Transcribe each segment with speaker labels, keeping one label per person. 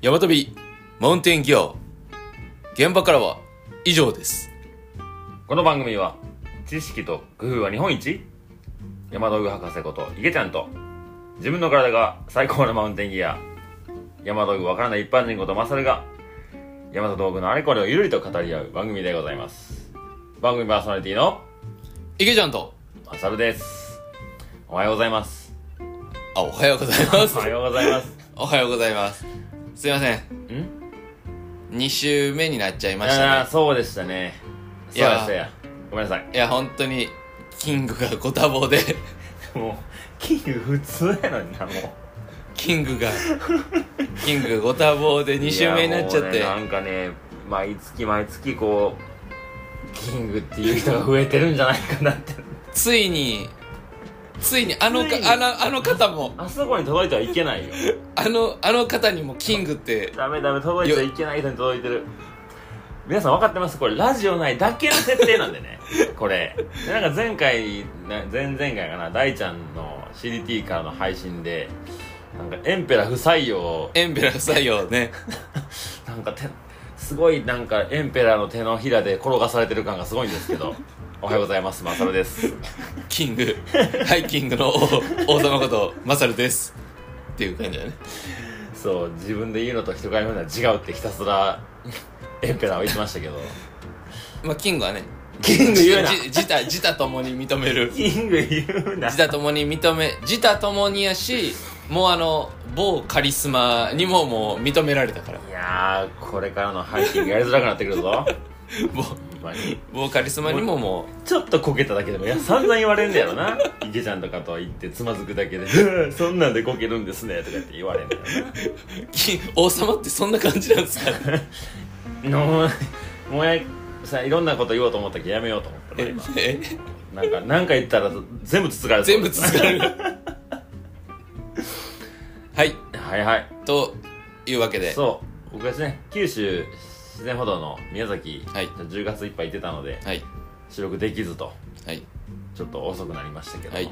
Speaker 1: 山飛びマウンテンギア現場からは以上です
Speaker 2: この番組は知識と工夫は日本一山道具博士こといげちゃんと自分の体が最高のマウンテンギア山道具わからない一般人ことマサルが山と道具のあれこれをゆるりと語り合う番組でございます番組パーソナリティの
Speaker 1: 池ちゃんと
Speaker 2: マサルですおはようございます
Speaker 1: あおはようございます
Speaker 2: おはようございます
Speaker 1: おはようございますすいません
Speaker 2: ん
Speaker 1: 2週目になっちゃいま
Speaker 2: い
Speaker 1: した
Speaker 2: や
Speaker 1: ね
Speaker 2: ーそうでしたね
Speaker 1: い
Speaker 2: そう
Speaker 1: やー
Speaker 2: でしたやごめんなさい
Speaker 1: いや本当にキングがご多忙で
Speaker 2: もうキング普通やのになもう
Speaker 1: キング がキングがご多忙で2週目になっちゃって、
Speaker 2: いやもうねなんかね毎月毎月こうキングっていう人 が増えてるんじゃないかなって
Speaker 1: ついについにあのか
Speaker 2: ついに
Speaker 1: あのあの方も
Speaker 2: あそこに届いてはいけないよ
Speaker 1: あのあの方にもキングって
Speaker 2: ダメダメ届いてはいけない人に届いてる皆さん分かってますこれラジオ内だけの設定なんで ねこれでなんか前回な前々回かな大ちゃんの CDT からの配信でなんかエンペラ不採用
Speaker 1: エンベラ不採用ね
Speaker 2: なんか手すごいなんかエンペラーの手のひらで転がされてる感がすごいんですけ どおはようございますマサルです
Speaker 1: キング ハイキングの王王様ことマサルですっていう感じだね
Speaker 2: そう自分で言うのと人が言うのは違うってひた すらエンペラーは言ってましたけど
Speaker 1: まあキングはね
Speaker 2: キング言うな
Speaker 1: じじ自他自他ともに認める
Speaker 2: キング言うな
Speaker 1: 自他ともに認め自他ともにやしもうあの某カリスマにももう認められたから
Speaker 2: いやーこれからのハイキングやりづらくなってくるぞ
Speaker 1: 某
Speaker 2: ほんまに
Speaker 1: 某カリスマにもも
Speaker 2: ちょっとこけただけでもいや散々言われんだよな池ちゃんとかとは言ってつまずくだけで 「そんなんでこけるんですね」とかって言われんだよな
Speaker 1: うキン王様ってそんな感じなんですかね
Speaker 2: のもうやさいろんなこと言おうと思ったけどやめようと思ったな
Speaker 1: え
Speaker 2: 今
Speaker 1: え
Speaker 2: なんかなんか言ったら全部つつかれそう
Speaker 1: 全部つつかれるはい
Speaker 2: はいはい
Speaker 1: というわけで
Speaker 2: そう僕ですね九州自然歩道の宮崎、
Speaker 1: はい
Speaker 2: 10月いっぱい出たので
Speaker 1: はい
Speaker 2: 収録できずと
Speaker 1: はい
Speaker 2: ちょっと遅くなりましたけど、
Speaker 1: はい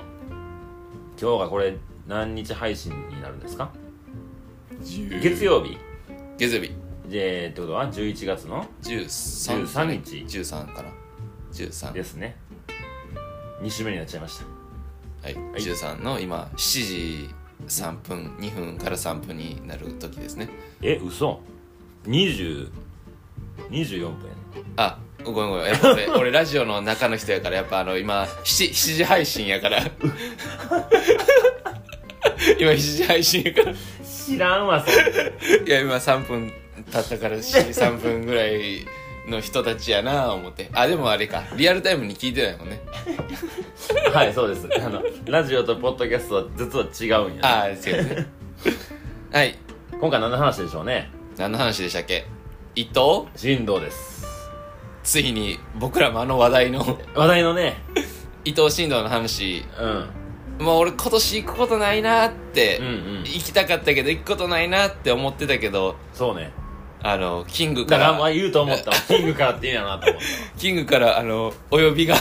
Speaker 2: 今日がこれ何日配信になるんですか月曜日
Speaker 1: 月曜日
Speaker 2: でってことは11月の
Speaker 1: 13
Speaker 2: 13日
Speaker 1: 13かな13
Speaker 2: ですね2週目になっちゃいました
Speaker 1: はい、
Speaker 2: い
Speaker 1: 13の今7時3分2分から3分になる時ですね
Speaker 2: え嘘20 24分やね
Speaker 1: あごめんごめんやっぱ俺 俺ラジオの中の人やからやっぱあの今 7, 7時配信やから 今7時配信やからい
Speaker 2: 知らんわそれ
Speaker 1: や今3分経ったから7時3分ぐらいの人たちやな思ってあでもあれかリアルタイムに聞いてないもん ね
Speaker 2: はいそうですあのラジオとポッドキャストは実は違うんや、
Speaker 1: ああ違うねはい
Speaker 2: 今回何の話でしょうね
Speaker 1: 何の話でしたっけ伊藤
Speaker 2: 神道です
Speaker 1: ついに僕らもあの話題の
Speaker 2: 話題のね
Speaker 1: 伊藤新道の話
Speaker 2: うん
Speaker 1: もう俺今年行くことないなって、
Speaker 2: うんうん
Speaker 1: 行きたかったけど行くことないなって思ってたけど
Speaker 2: そうね
Speaker 1: あのキングか
Speaker 2: だからまあ
Speaker 1: ら
Speaker 2: 言うと思 ったわキングからって言うんやなと思った
Speaker 1: キングからあのお呼 びが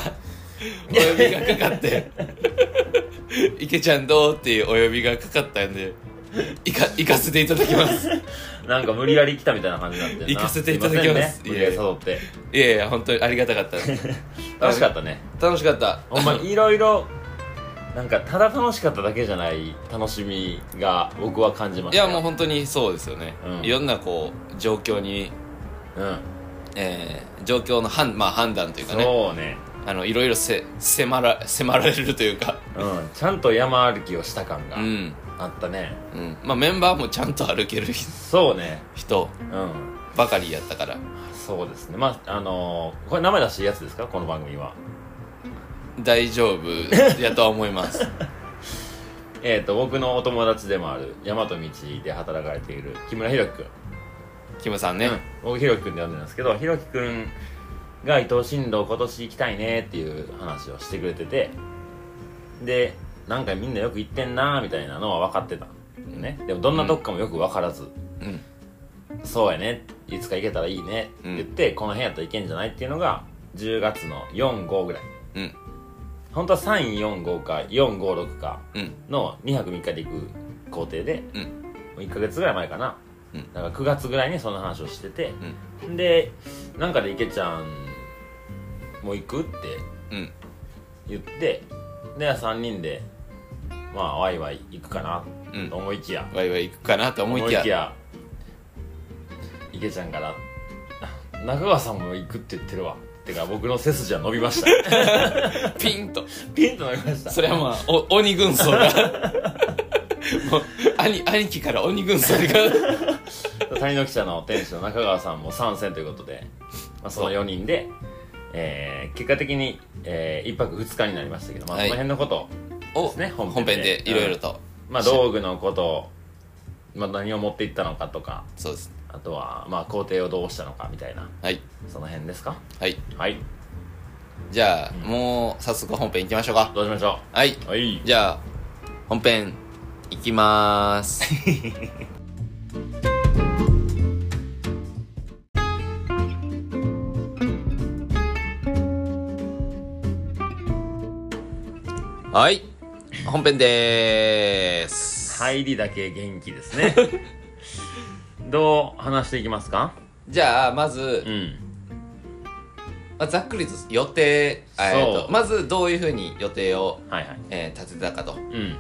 Speaker 1: お呼びがかかって「池ちゃんどう?」っていうお呼びがかかったんで行か行かせていただきます
Speaker 2: なんか無理やり来たみたいな感じになってんな
Speaker 1: 行かせていただきます
Speaker 2: すいませんね無理やり誘って
Speaker 1: いやいや本当にありがたかった
Speaker 2: 楽しかったね
Speaker 1: 楽しかった
Speaker 2: ほんまいろいろなんかただ楽しかっただけじゃない楽しみが僕は感じま
Speaker 1: い
Speaker 2: した
Speaker 1: やもう本当にそうですよね、
Speaker 2: うん
Speaker 1: いろんなこう状況に、
Speaker 2: うん
Speaker 1: えー状況の判,、まあ、判断というかね
Speaker 2: そうね
Speaker 1: あのいろいろせ迫ら迫られるというか
Speaker 2: うんちゃんと山歩きをした感が
Speaker 1: うん、
Speaker 2: あったね
Speaker 1: うん、まあメンバーもちゃんと歩ける人
Speaker 2: そうね
Speaker 1: 人
Speaker 2: うん
Speaker 1: ばかりやったから
Speaker 2: そうですねまああのーこれ名前出していいやつですかこの番組は
Speaker 1: 大丈夫やとは思います
Speaker 2: えっ、と僕のお友達でもある大和道で働かれている木村ひろきくん
Speaker 1: キムさんね、
Speaker 2: うん僕ひろきくんで呼んでるんですけどひろきくんが伊藤新郎今年行きたいねっていう話をしてくれててでなんかみんなよく行ってんなーみたいなのは分かってたねでもどんなとこかもよく分からず、
Speaker 1: うん
Speaker 2: そうやねいつか行けたらいいねって言って、この辺やったらいけんじゃないっていうのが10月の45ぐらい
Speaker 1: うん
Speaker 2: 本当は345か456か
Speaker 1: うん
Speaker 2: の2泊3日で行く工程で、
Speaker 1: うん
Speaker 2: もう1ヶ月ぐらい前かな
Speaker 1: うん
Speaker 2: なんか9月ぐらいにその話をしてて
Speaker 1: うん、
Speaker 2: でなんかで池ちゃんもう行くって
Speaker 1: うん
Speaker 2: 言ってで3人でまあワイワイ行くかな
Speaker 1: うん
Speaker 2: と思いきや、
Speaker 1: ワイワイ行くかなと思いきや
Speaker 2: 池ちゃんから「中川さんも行くって言ってるわ」てか僕の背筋は伸びました
Speaker 1: ピンと
Speaker 2: ピンと伸びました
Speaker 1: それはまあお鬼軍曹 がもう兄兄貴から鬼軍曹が
Speaker 2: 谷の記者の店主の中川さんも参戦ということで、まあ、その4人で、えー結果的に、え1泊2日になりましたけど、まあ、
Speaker 1: は
Speaker 2: そ
Speaker 1: い
Speaker 2: の辺のことを、
Speaker 1: を
Speaker 2: ですね本編で
Speaker 1: 本編でいろいろと
Speaker 2: まあ、道具のことを、まあ、何を持っていったのかとか
Speaker 1: そうです
Speaker 2: あとは、まあ、工程をどうしたのかみたいな
Speaker 1: はい
Speaker 2: その辺ですか
Speaker 1: はい
Speaker 2: はい
Speaker 1: じゃあもう早速本編行きましょうか
Speaker 2: どうしましょ
Speaker 1: はいう
Speaker 2: はい
Speaker 1: じゃあ本編いきまーす はい本編でーす、
Speaker 2: 入りだけ元気です ねどう話していきますか
Speaker 1: じゃあまず
Speaker 2: う、ん
Speaker 1: まあ、ざっくりと予定あ
Speaker 2: そう
Speaker 1: えーとまずどういうふうに予定を、
Speaker 2: はいはい
Speaker 1: えー立てたかと
Speaker 2: うん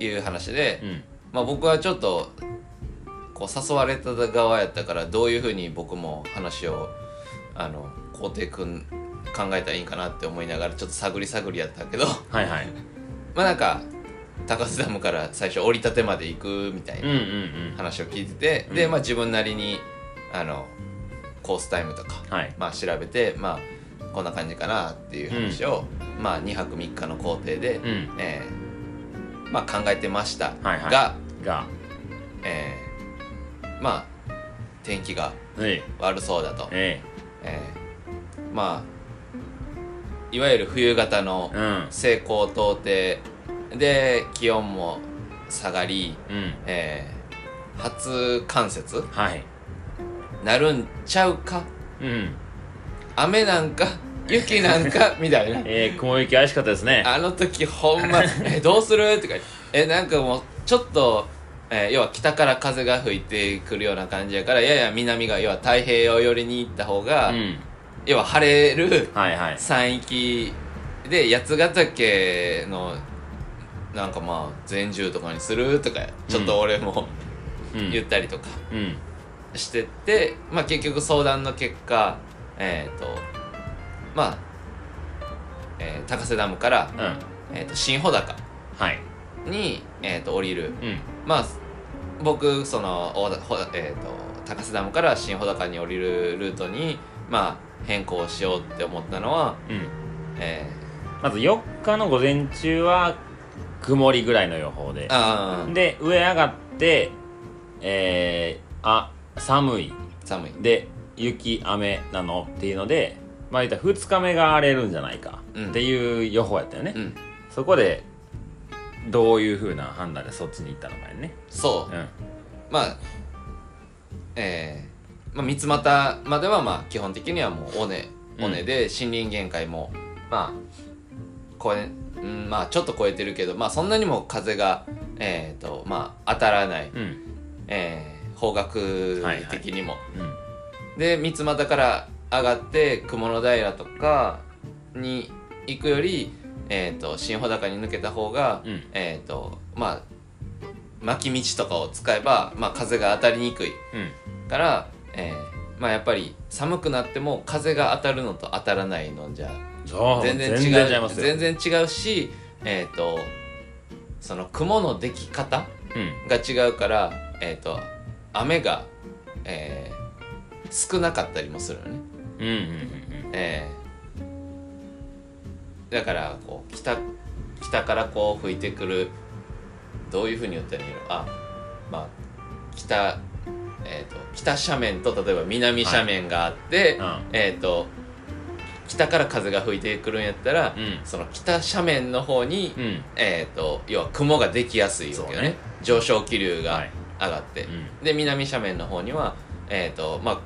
Speaker 1: いう話で、
Speaker 2: うん
Speaker 1: まあ、僕はちょっとこう誘われた側やったからどういうふうに僕も話をあの工程君考えたらいいんかなって思いながらちょっと探り探りやったけど
Speaker 2: はいはい
Speaker 1: まあなんか高須ダムから最初降りたてまで行くみたい
Speaker 2: うん
Speaker 1: な
Speaker 2: うん
Speaker 1: 話を聞いてて、
Speaker 2: うん
Speaker 1: で、まあ、自分なりにあのコースタイムとか、
Speaker 2: うんはい
Speaker 1: まあ、調べて、まあ、こんな感じかなっていう話を、まあ、2泊3日の工程で、
Speaker 2: うん
Speaker 1: えーまあ、考えてましたが、
Speaker 2: はいはいが
Speaker 1: えーまあ天気が
Speaker 2: はい
Speaker 1: 悪そうだと、
Speaker 2: え
Speaker 1: えーまあいわゆる冬型の
Speaker 2: えうん
Speaker 1: 西高東低で気温も下がり、
Speaker 2: うん
Speaker 1: えー初冠雪
Speaker 2: はい
Speaker 1: なるんちゃうか
Speaker 2: うん
Speaker 1: 雨なんか雪なんかみたいな
Speaker 2: ええ雲行き怪しかったですね
Speaker 1: あの時ほん ま「えどうする?」とか言って「えなんかもうちょっと、えー要は北から風が吹いてくるような感じやからやや南が要は太平洋寄りに行った方が、
Speaker 2: うん
Speaker 1: 要は晴れる
Speaker 2: はいはい
Speaker 1: 山域で八ヶ岳のなんかまあ全住とかにするとかちょっと俺も、
Speaker 2: うん
Speaker 1: 言ったりとか
Speaker 2: うん
Speaker 1: してって、まあ、結局相談の結果えっ、とまあ、えー高瀬ダムから
Speaker 2: う、ん
Speaker 1: えー、と新穂高
Speaker 2: はい
Speaker 1: に、えー、と降りる
Speaker 2: うん
Speaker 1: まあ僕その大田ほえー、と高瀬ダムから新穂高に降りるルートにまあ変更しようって思ったのは、
Speaker 2: うん
Speaker 1: え
Speaker 2: まず4日の午前中は曇りぐらいの予報で
Speaker 1: ー、あー
Speaker 2: で上上がってえー、あ寒い
Speaker 1: 寒い
Speaker 2: で雪雨なのっていうのでまあ言ったら2日目が荒れるんじゃないか
Speaker 1: うん
Speaker 2: っていう予報やったよね、
Speaker 1: うん
Speaker 2: そこでどういうふうな判断でそっちに行ったのかやね
Speaker 1: そう
Speaker 2: うん
Speaker 1: まあえーまあ、三俣まではまあ基本的にはもう尾根
Speaker 2: うん
Speaker 1: 尾根で森林限界もまあこえ、うん、まあちょっと超えてるけどまあそんなにも風がえっ、とまあ当たらない、
Speaker 2: うん
Speaker 1: えー方角的にも、
Speaker 2: うん
Speaker 1: で三俣から上がって雲の平とかに行くよりえっ、と新穂高に抜けた方が、
Speaker 2: うん
Speaker 1: えっ、とまあ巻き道とかを使えば、まあ、風が当たりにくい
Speaker 2: うん
Speaker 1: から、えーまあやっぱり寒くなっても風が当たるのと当たらないのじゃ
Speaker 2: そう
Speaker 1: 全
Speaker 2: 全
Speaker 1: 然
Speaker 2: 然
Speaker 1: 違う
Speaker 2: 違いますよ
Speaker 1: 全然違うしえっ、とその雲のでき方
Speaker 2: うん
Speaker 1: が違うからえっ、と雨が、えー少なかったりもするよね。
Speaker 2: うんうんうん
Speaker 1: ええだからこう北北からこう吹いてくるどういうふうに言ったらいいのあまあ北えっ、と北斜面と例えば南斜面があって、
Speaker 2: はいうん
Speaker 1: えっ、と北から風が吹いてくるんやったら、
Speaker 2: うん
Speaker 1: その北斜面の方に、
Speaker 2: うんうん
Speaker 1: えっ、と要は雲ができやすいわけよね
Speaker 2: そうね
Speaker 1: 上昇気流
Speaker 2: は
Speaker 1: が
Speaker 2: い
Speaker 1: 上がって、
Speaker 2: うん
Speaker 1: で南斜面の方にはえっ、とまあ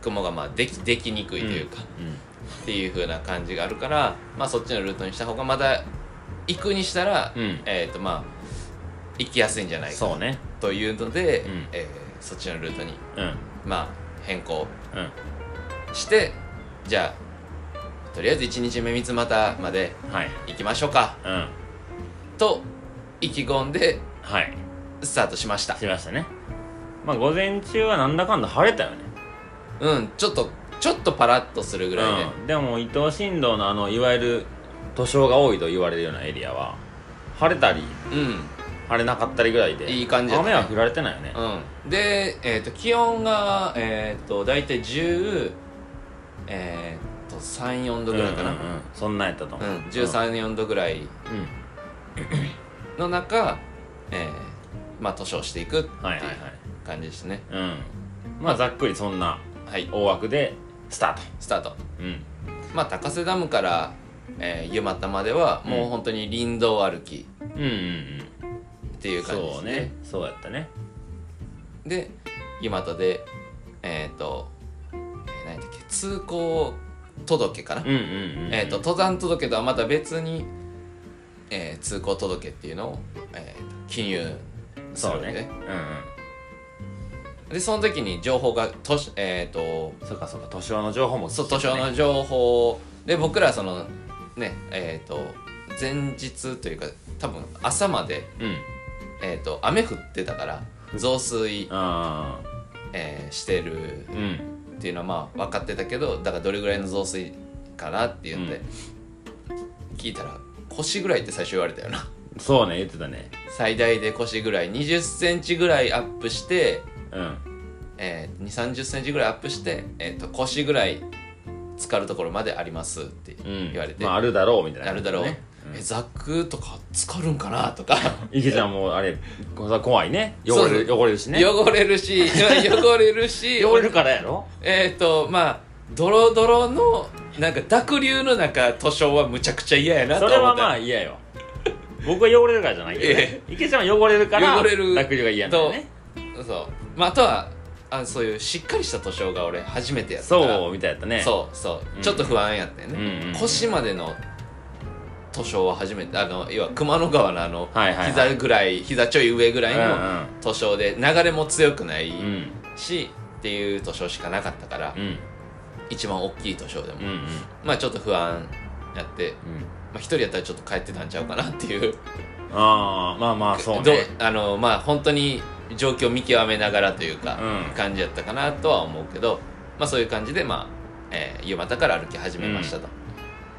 Speaker 1: 雲がまあできできにくいというか、っていう風な感じがあるから、まあ、そっちのルートにした方がまだ行くにしたら、
Speaker 2: うんうん
Speaker 1: えっ、とまあ行きやすいんじゃないか
Speaker 2: そうね
Speaker 1: というので、
Speaker 2: うん
Speaker 1: えそっちのルートに
Speaker 2: うん
Speaker 1: まあ変更
Speaker 2: うん
Speaker 1: してじゃあとりあえず1日目三俣まで
Speaker 2: はい
Speaker 1: 行きましょうか
Speaker 2: うん
Speaker 1: と意気込んで
Speaker 2: はい
Speaker 1: スタートしました
Speaker 2: しましたねまあ午前中はなんだかんだ晴れたよね
Speaker 1: うんちょっとちょっとパラッとするぐらいで、
Speaker 2: うん、でも伊藤新道のあのいわゆる塗装が多いと言われるようなエリアは晴れたり
Speaker 1: う
Speaker 2: 晴れなかったりぐらいで
Speaker 1: いい感じだった
Speaker 2: 雨
Speaker 1: ね
Speaker 2: は降られてないよね、
Speaker 1: ん、うん、で、えー、と気温が、えー、と大体10えっ、と34度ぐらいかな、
Speaker 2: うんうんうんそんなんやったと
Speaker 1: う
Speaker 2: 思
Speaker 1: ん
Speaker 2: う、
Speaker 1: 134度ぐらい
Speaker 2: うん、
Speaker 1: の中、えーまあ、図書をしていくっていう
Speaker 2: はいはいはい
Speaker 1: 感じですね
Speaker 2: うんまあざっくりそんな
Speaker 1: はい、
Speaker 2: 大枠でスタート
Speaker 1: スタート
Speaker 2: うん
Speaker 1: まあ高瀬ダムから、えー湯俣まではもう本当に林道歩き
Speaker 2: うんうん
Speaker 1: っていううん感じで
Speaker 2: そ
Speaker 1: す
Speaker 2: う
Speaker 1: ね
Speaker 2: ねそうやったね
Speaker 1: で湯俣でえっ、と、えー何だっけ通行届かな、
Speaker 2: うんうんうん
Speaker 1: えー、と登山届とはまた別に、えー通行届っていうのを、えーと記入するわ
Speaker 2: そう
Speaker 1: け
Speaker 2: ね
Speaker 1: で,、
Speaker 2: うんうん
Speaker 1: でその時に情報がとしえっ、と
Speaker 2: そうかそうか年はの情報も
Speaker 1: そう図書の情報で僕らそのねえっ、と前日というか多分朝まで、
Speaker 2: うん
Speaker 1: えー、と雨降ってたから増水、
Speaker 2: あ
Speaker 1: えーしてる
Speaker 2: あうん
Speaker 1: っていうのはまあ分かってたけどだからどれぐらいの増水かなって言って、聞いたら腰ぐらいって最初言われたよな
Speaker 2: そうね言ってたね
Speaker 1: 最大で腰ぐらい2 0ンチぐらいアップして、
Speaker 2: うん
Speaker 1: えー、2 3 0ンチぐらいアップして、えー、と腰ぐらい浸かるところまでありますって
Speaker 2: うん
Speaker 1: 言われて、
Speaker 2: まああるだろうみたいな
Speaker 1: やるだろう、
Speaker 2: ね
Speaker 1: えザックとか浸かるんかなとか
Speaker 2: 池ちゃんもあれ怖いね汚れ
Speaker 1: そ
Speaker 2: る汚れる しね
Speaker 1: 汚れる し汚れるし
Speaker 2: 汚れるからやろ
Speaker 1: えっ、とまあドロドロのなんか濁流の中図書はむちゃくちゃ嫌やなと
Speaker 2: そ
Speaker 1: 思っ
Speaker 2: れ
Speaker 1: た
Speaker 2: はまあ嫌よ僕は汚れるからじゃないけど、ね
Speaker 1: え、
Speaker 2: 池ちゃんは汚れるから
Speaker 1: 汚れる
Speaker 2: 濁流が嫌なんだよね
Speaker 1: そう、まあ、あとはあそういうしっかりした図書が俺初めてやったから
Speaker 2: そうみたいだったね
Speaker 1: そうそう、
Speaker 2: うん
Speaker 1: ちょっと不安やったよね、
Speaker 2: うんうん
Speaker 1: 腰までの図書は初めてあの要は熊野川のあの、
Speaker 2: はいはいはい
Speaker 1: 膝ぐらい膝ちょい上ぐらいの
Speaker 2: ん
Speaker 1: 図書で流れも強くない
Speaker 2: うんうん
Speaker 1: し、っていう図書しかなかったから、
Speaker 2: うん
Speaker 1: 一番大きい図書でも、
Speaker 2: うんうん
Speaker 1: まあちょっと不安やって
Speaker 2: うん
Speaker 1: まあ、一人やったらちょっと帰ってたんちゃうかなっていう
Speaker 2: ああまあまあそう
Speaker 1: どう
Speaker 2: ね
Speaker 1: あのまあ本当に状況を見極めながらというか、
Speaker 2: うん
Speaker 1: 感じやったかなとは思うけど、まあ、そういう感じで、まあえー夕方から歩き始めましたと、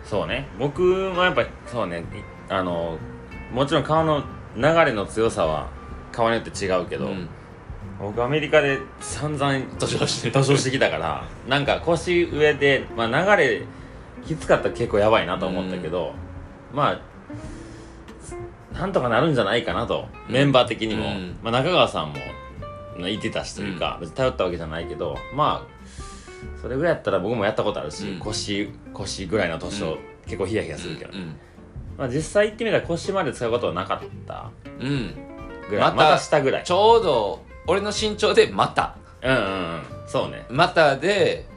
Speaker 2: そうね僕はやっぱそうねいあのもちろん川の流れの強さは川によって違うけ
Speaker 1: う
Speaker 2: ど、
Speaker 1: ん、
Speaker 2: 僕アメリカで散々
Speaker 1: 図書してる
Speaker 2: 図書してきたからなんか腰上で、まあ、流れきつかったら結構やばいなと思ったけど、まあなんとかなるんじゃないかなと、
Speaker 1: うん
Speaker 2: メンバー的にも、
Speaker 1: うん
Speaker 2: まあ、中川さんもまあいてたしというか、別に頼ったわけじゃないけどまあそれぐらいやったら僕もやったことあるし、
Speaker 1: うん
Speaker 2: 腰腰ぐらいの年を、
Speaker 1: うん
Speaker 2: 結構ヒヤヒヤするけど、
Speaker 1: うん
Speaker 2: まあ、実際行ってみたら腰まで使うことはなかった
Speaker 1: うん
Speaker 2: ぐら
Speaker 1: ま
Speaker 2: い
Speaker 1: た
Speaker 2: また下ぐらい
Speaker 1: ちょうど俺の身長で「また
Speaker 2: うんうんうんそうね」
Speaker 1: またで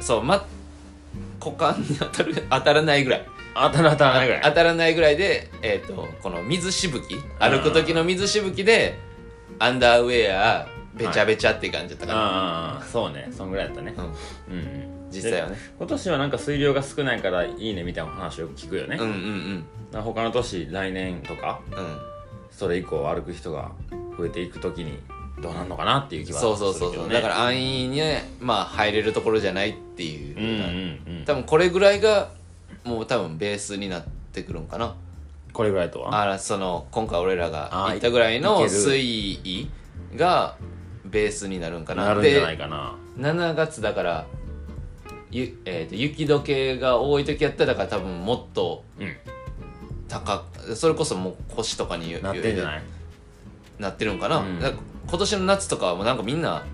Speaker 1: そう、ま、股間に当たる当 たらないぐらい
Speaker 2: 当たる当たらないぐらい
Speaker 1: 当たらないぐらいで、えー、とこの水しぶき歩く時の水しぶきでアンダーウェアべちゃべちゃっていう感じだったかな、
Speaker 2: ああそうねそんぐらいだったね
Speaker 1: うん
Speaker 2: うん、うん、
Speaker 1: 実際はね
Speaker 2: で今年はなんか水量が少ないからいいねみたいな話をよく聞くよね、
Speaker 1: うんうん
Speaker 2: 他の年来年とか
Speaker 1: うんうん
Speaker 2: それ以降歩く人が増えていく時にどうなんのかなっていう気はす
Speaker 1: そう
Speaker 2: るけど、ね、
Speaker 1: そうそうそう、だから安易にねまあ入れるところじゃないっていう、
Speaker 2: うんうんうん
Speaker 1: 多分これぐらいがもう多分ベースになってくるんかな
Speaker 2: これぐらいとは
Speaker 1: あらその今回俺らが
Speaker 2: あー
Speaker 1: 行ったぐらい
Speaker 2: いい
Speaker 1: の
Speaker 2: ける
Speaker 1: 水位がベースになるんかな
Speaker 2: なるんじゃないかな
Speaker 1: で7月だからゆ、えー、と雪解けが多い時やったらだから多分もっと
Speaker 2: うん
Speaker 1: 高くそれこそもう腰とかに
Speaker 2: なってんじゃない
Speaker 1: なってるんかな、
Speaker 2: うん
Speaker 1: だから今年の夏とかはもうなんかみんな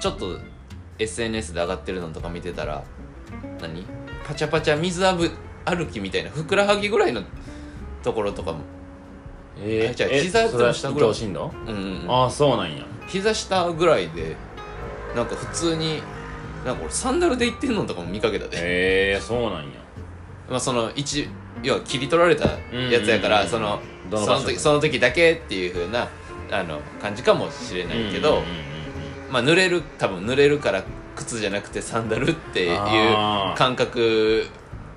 Speaker 1: ちょっと SNS で上がってるのとか見てたら何パチャパチャ水あぶ歩きみたいなふくらはぎぐらいのところとかも、
Speaker 2: え
Speaker 1: あじゃあ膝
Speaker 2: それは
Speaker 1: と下ぐらい
Speaker 2: 伊藤進路
Speaker 1: うんうんうん、
Speaker 2: ああそうなんや
Speaker 1: 膝下ぐらいでなんか普通になんか俺サンダルで行ってんのとかも見かけたで、
Speaker 2: へえそうなんや
Speaker 1: まあその一要は切り取られたやつやから、
Speaker 2: うんうんうん
Speaker 1: その
Speaker 2: どの
Speaker 1: そ
Speaker 2: 場
Speaker 1: の
Speaker 2: 所
Speaker 1: 時その時だけっていう風なあの感じかもしれないけど、
Speaker 2: うんうんうんうん
Speaker 1: まあ、濡れる多分濡れるから靴じゃなくてサンダルっていう
Speaker 2: あー
Speaker 1: 感覚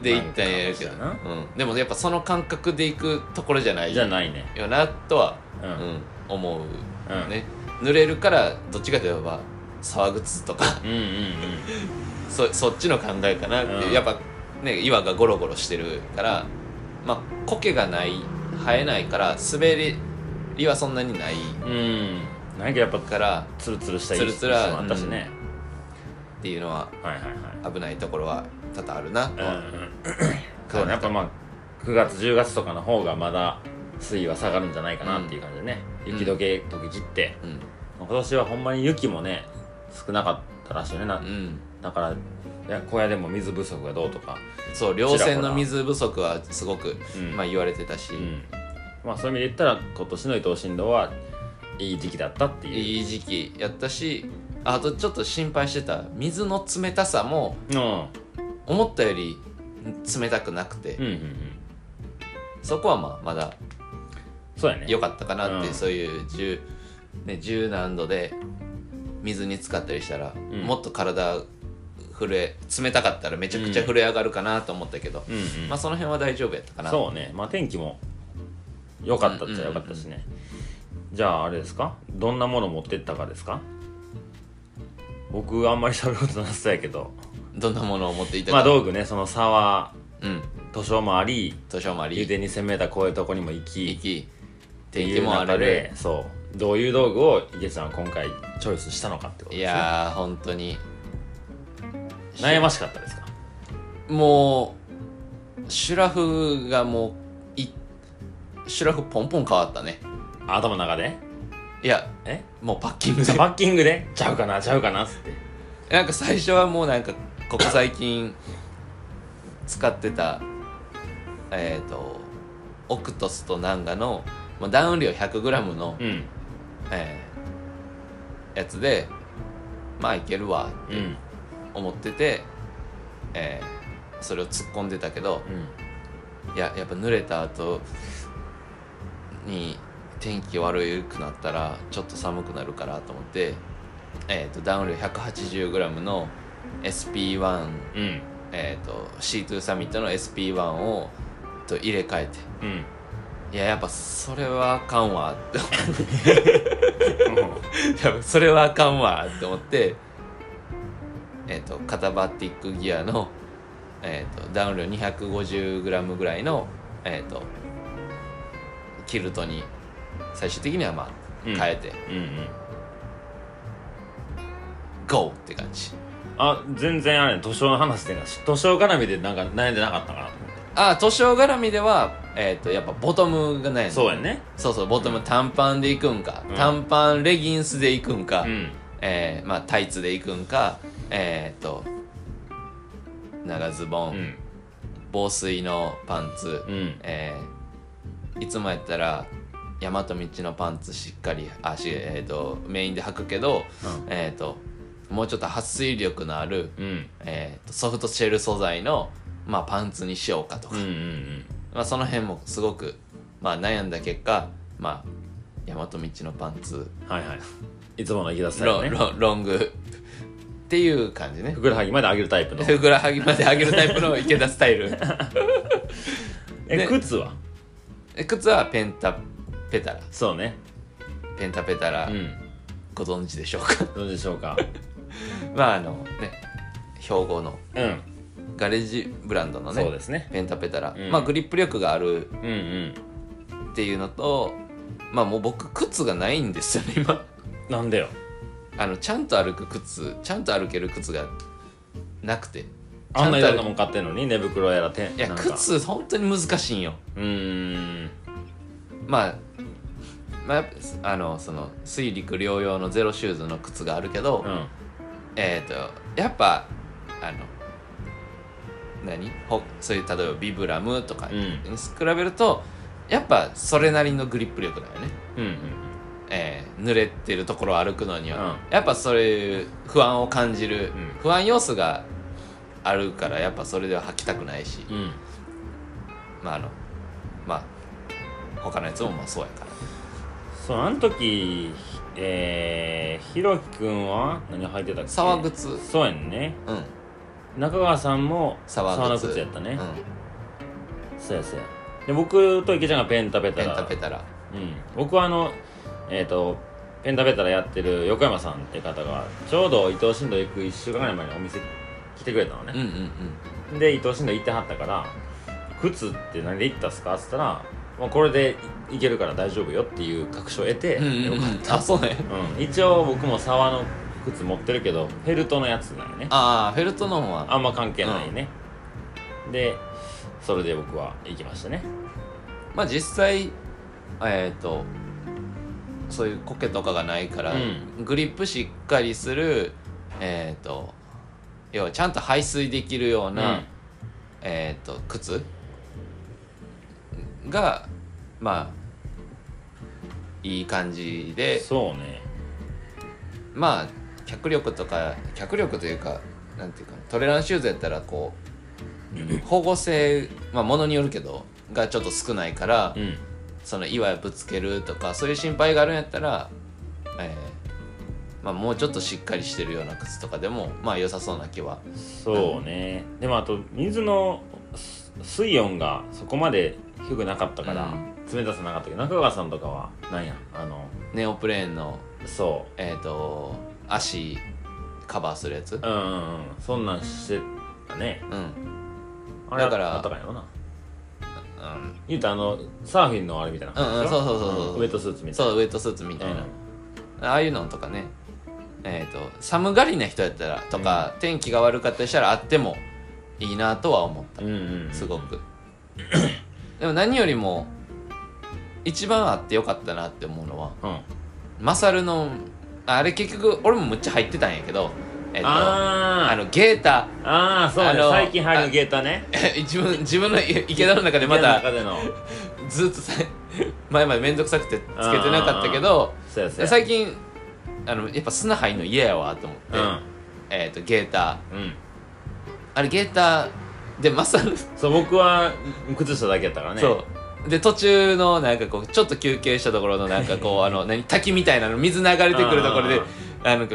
Speaker 1: で行ったんやけど、う
Speaker 2: なんかそ
Speaker 1: ん、でもやっぱその感覚で行くところじゃない
Speaker 2: じゃ
Speaker 1: よ
Speaker 2: ないね
Speaker 1: なとは、
Speaker 2: う
Speaker 1: うん
Speaker 2: ん
Speaker 1: 思う、
Speaker 2: うん
Speaker 1: ね濡れるからどっちかといえば沢靴とか
Speaker 2: うんうん
Speaker 1: そそっちの考えかなっていう、
Speaker 2: うん
Speaker 1: やっぱね岩がゴロゴロしてるからまあ苔がない生えないから滑りはそんなにない
Speaker 2: うんうんなんかやっぱ
Speaker 1: から
Speaker 2: ツルツルした
Speaker 1: ツルツルは
Speaker 2: もあったしね、
Speaker 1: っていうのは
Speaker 2: はいはいはい
Speaker 1: 危ないところは多々あるなとは
Speaker 2: うんうんそうねやっぱまあ9月10月とかの方がまだ水位は下がるんじゃないかなっていう感じでね、
Speaker 1: うん
Speaker 2: 雪解け解け切って
Speaker 1: うん
Speaker 2: 今年はほんまに雪もね少なかったらしいねな、
Speaker 1: うん
Speaker 2: だからいや小屋でも水不足がどうとか、
Speaker 1: そう稜線の水不足はすごく、
Speaker 2: うん
Speaker 1: まあ、言われてたし、
Speaker 2: うんまあそういう意味で言ったら今年の伊藤新郎はいい時期だったっていう
Speaker 1: いい時期やったしあとちょっと心配してた水の冷たさも
Speaker 2: うんうん
Speaker 1: 思ったより冷たくなくて、
Speaker 2: うんうん
Speaker 1: そこはまあまだ
Speaker 2: そうやね
Speaker 1: 良かったかなって、
Speaker 2: うん
Speaker 1: そういう十、ね、十何度で水に浸かったりしたら、
Speaker 2: ん
Speaker 1: もっと体震え冷たかったらめちゃくちゃ震え上がるかなと思ったけど、
Speaker 2: うんうん
Speaker 1: まあその辺は大丈夫やったかな
Speaker 2: そうねまあ天気も良かったっちゃ良かったしね、じゃああれですかどんなもの持ってったかですか僕あんまり喋ることなさそうやけど
Speaker 1: どんなものを持っていた
Speaker 2: まあ
Speaker 1: か、
Speaker 2: 道具ねその沢
Speaker 1: うん
Speaker 2: 図書もあり
Speaker 1: 図書もあ
Speaker 2: 湯
Speaker 1: り
Speaker 2: でに攻めたこういうとこにも行き
Speaker 1: 行き
Speaker 2: って
Speaker 1: 天
Speaker 2: い
Speaker 1: 気
Speaker 2: う
Speaker 1: もあ
Speaker 2: 中
Speaker 1: る
Speaker 2: でそうどういう道具を池さんは今回チョイスしたのかってこと
Speaker 1: い
Speaker 2: ですね
Speaker 1: やー本当に
Speaker 2: 悩ましかったですか
Speaker 1: もうシュラフがもういシュラフポンポン変わったね
Speaker 2: 頭の中で
Speaker 1: いや
Speaker 2: え
Speaker 1: もうパッキング
Speaker 2: じゃ
Speaker 1: で
Speaker 2: あバッキングでちゃうかなちゃうかなっつって
Speaker 1: なんか最初はもうなんかここ最近使ってたえっ、とオクトスとナンガのまあダウン量 100g の、
Speaker 2: うん
Speaker 1: えーやつでまあいけるわ
Speaker 2: うんうん
Speaker 1: 思ってて、えーそれを突っ込んでたけどいややっぱ濡れた後に天気悪くなったらちょっと寒くなるからと思って、えー、とダウン量 180g の SP1、
Speaker 2: うん
Speaker 1: えー、と C2 サミットの SP1 をと入れ替えて
Speaker 2: うん
Speaker 1: いややっぱそれはあかんわって思って やっぱそれはあかんわって思って、えー、とカタバティックギアの、えー、とダウン量 250g ぐらいの、えー、とキルトに最終的にはまあ
Speaker 2: うん
Speaker 1: 変えて、
Speaker 2: うんうん
Speaker 1: ゴーって感じ
Speaker 2: あ全然あれ図書の話でな図書絡みでなんか悩んでなかったかなと思って
Speaker 1: ああ図書絡みでは、えー、とやっぱボトムがないの
Speaker 2: そうやんね
Speaker 1: そうそうボトム短パンで行くんか、
Speaker 2: うん
Speaker 1: 短パンレギンスで行くんか、
Speaker 2: うん
Speaker 1: えーまあ、タイツで行くんかえー、っと長ズボン、
Speaker 2: うん
Speaker 1: 防水のパンツ、
Speaker 2: うん
Speaker 1: えーいつもやったら大和道のパンツしっかり足、えー、とメインで履くけど、
Speaker 2: うん
Speaker 1: えー、ともうちょっと撥水力のある、
Speaker 2: うん
Speaker 1: えー、とソフトシェル素材の、まあ、パンツにしようかとか、
Speaker 2: うんうん
Speaker 1: まあ、その辺もすごく、まあ、悩んだ結果、まあ、大和道のパンツ
Speaker 2: うんはいはいいつもの池田スタイ
Speaker 1: ロ
Speaker 2: ル
Speaker 1: ン
Speaker 2: ね
Speaker 1: ロンロングっていう感じね
Speaker 2: ふくらはぎまで上げるタイプの
Speaker 1: ふくらはぎまで上げるタイプの池田スタイ ル
Speaker 2: え
Speaker 1: で
Speaker 2: 靴は
Speaker 1: え靴はペンタペタラ
Speaker 2: そうね
Speaker 1: ペンタペタラ、
Speaker 2: うん
Speaker 1: ご存知でしょうか
Speaker 2: どうでしょう か
Speaker 1: まああのね標語の
Speaker 2: うん
Speaker 1: ガレージブランドのね
Speaker 2: そうですね
Speaker 1: ペンタペタラ、
Speaker 2: うん
Speaker 1: まあグリップ力がある
Speaker 2: うんうん
Speaker 1: っていうのとまあもう僕靴がないんですよね今
Speaker 2: なんだよ
Speaker 1: あのちゃんと歩く靴ちゃんと歩ける靴がなくて
Speaker 2: あんない
Speaker 1: ちゃん
Speaker 2: ろん
Speaker 1: と
Speaker 2: なもん買ってんのに寝袋やらて
Speaker 1: いや
Speaker 2: なんか
Speaker 1: 靴本当に難しいんよ
Speaker 2: うーん
Speaker 1: まあまあやっぱあのその水陸両用のゼロシューズの靴があるけど、
Speaker 2: うん
Speaker 1: えっ、とやっぱあの何ほそういう例えばビブラムとか
Speaker 2: う
Speaker 1: に
Speaker 2: ん
Speaker 1: 比べると、やっぱそれなりのグリップ力だよね、
Speaker 2: うん
Speaker 1: えー濡れてるところを歩くのには、
Speaker 2: う
Speaker 1: やっぱそういう不安を感じる、
Speaker 2: うん
Speaker 1: 不安要素があるからやっぱそれでは履きたくないし、
Speaker 2: うんうん
Speaker 1: まああのまあ他のやつもまあそうやから
Speaker 2: そうあの時えー、ひろきくんは何履いてたっけ
Speaker 1: 沢靴うん
Speaker 2: そうやんね中川さんも
Speaker 1: 沢
Speaker 2: 沢の
Speaker 1: 靴
Speaker 2: 靴やったね、
Speaker 1: うん
Speaker 2: そうやそうやで僕と池ちゃんがペンタペタ
Speaker 1: ペン
Speaker 2: ラ
Speaker 1: タペタラ
Speaker 2: うん、僕はあのえっ、とペンタペタラやってる横山さんって方がちょうど伊藤新道行く1週間ぐらい前にお店来てくれたの
Speaker 1: うん
Speaker 2: ね、
Speaker 1: うんうん
Speaker 2: で伊藤新道行ってはったから「靴って何で行ったっすか?」っつったら「もうこれでいいけるから大丈夫よ」っていう確証を得て、
Speaker 1: うんうん
Speaker 2: よ
Speaker 1: うん
Speaker 2: かっ
Speaker 1: あそうね
Speaker 2: た、うん、一応僕も沢の靴持ってるけどフェルトのやつなんよね
Speaker 1: ああフェルトの方は
Speaker 2: あんま関係ないね、でそれで僕は行きましたね
Speaker 1: まあ実際えっ、とそういうコケとかがないから、
Speaker 2: う
Speaker 1: グリップしっかりするえっ、と要はちゃんと排水できるような、
Speaker 2: うん
Speaker 1: えっ、と靴がまあいい感じで
Speaker 2: そうね
Speaker 1: まあ脚力とか脚力というかなんていうかトレランシューズやったらこう保護性まあものによるけどがちょっと少ないから、
Speaker 2: うん
Speaker 1: その岩ぶつけるとかそういう心配があるんやったら、えーまあ、もうちょっとしっかりしてるような靴とかでもまあ良さそうな気は
Speaker 2: そうね、でもあと水のす水温がそこまで低くなかったから、冷たさなかったけど中川さんとかはなんやあの
Speaker 1: ネオプレーンの、
Speaker 2: そ
Speaker 1: えー、と足カバーするやつ
Speaker 2: ううんうんうんそんなんしてたね
Speaker 1: うん、うん、
Speaker 2: あれ
Speaker 1: だから
Speaker 2: あったかいよな言うたらあのサーフィンのあれみたいな
Speaker 1: うんうん
Speaker 2: でし
Speaker 1: そ
Speaker 2: ょ
Speaker 1: うそうそうそう
Speaker 2: ウエットスーツみたい
Speaker 1: そうウエットスーツみたい
Speaker 2: な
Speaker 1: な、ああいうのとかねえー、と寒がりな人やったらとか、天気が悪かったりしたらあってもいいなとは思った
Speaker 2: うんうんうん
Speaker 1: すご くでも何よりも一番あってよかったなって思うのは
Speaker 2: うん
Speaker 1: マサルのあれ結局俺もむっちゃ入ってたんやけど、えっとあ
Speaker 2: あー
Speaker 1: のゲータ
Speaker 2: あーそう
Speaker 1: あ
Speaker 2: ね
Speaker 1: の
Speaker 2: 最近入るゲーターね
Speaker 1: 自分自分のい池田の中でま
Speaker 2: 家
Speaker 1: だ
Speaker 2: の中での
Speaker 1: ずっとさ 前まで面倒くさくてつけてなかったけど
Speaker 2: そうやそうや
Speaker 1: 最近あのやっぱ砂入んの嫌やわと思って、えっとゲータ
Speaker 2: うん、うん、
Speaker 1: あれゲータでマサル
Speaker 2: そう僕は靴下だけやったからね
Speaker 1: そうで途中のなんかこうちょっと休憩したところのなんかこ うあの何滝みたいなの水流れてくるところで
Speaker 2: うん
Speaker 1: あの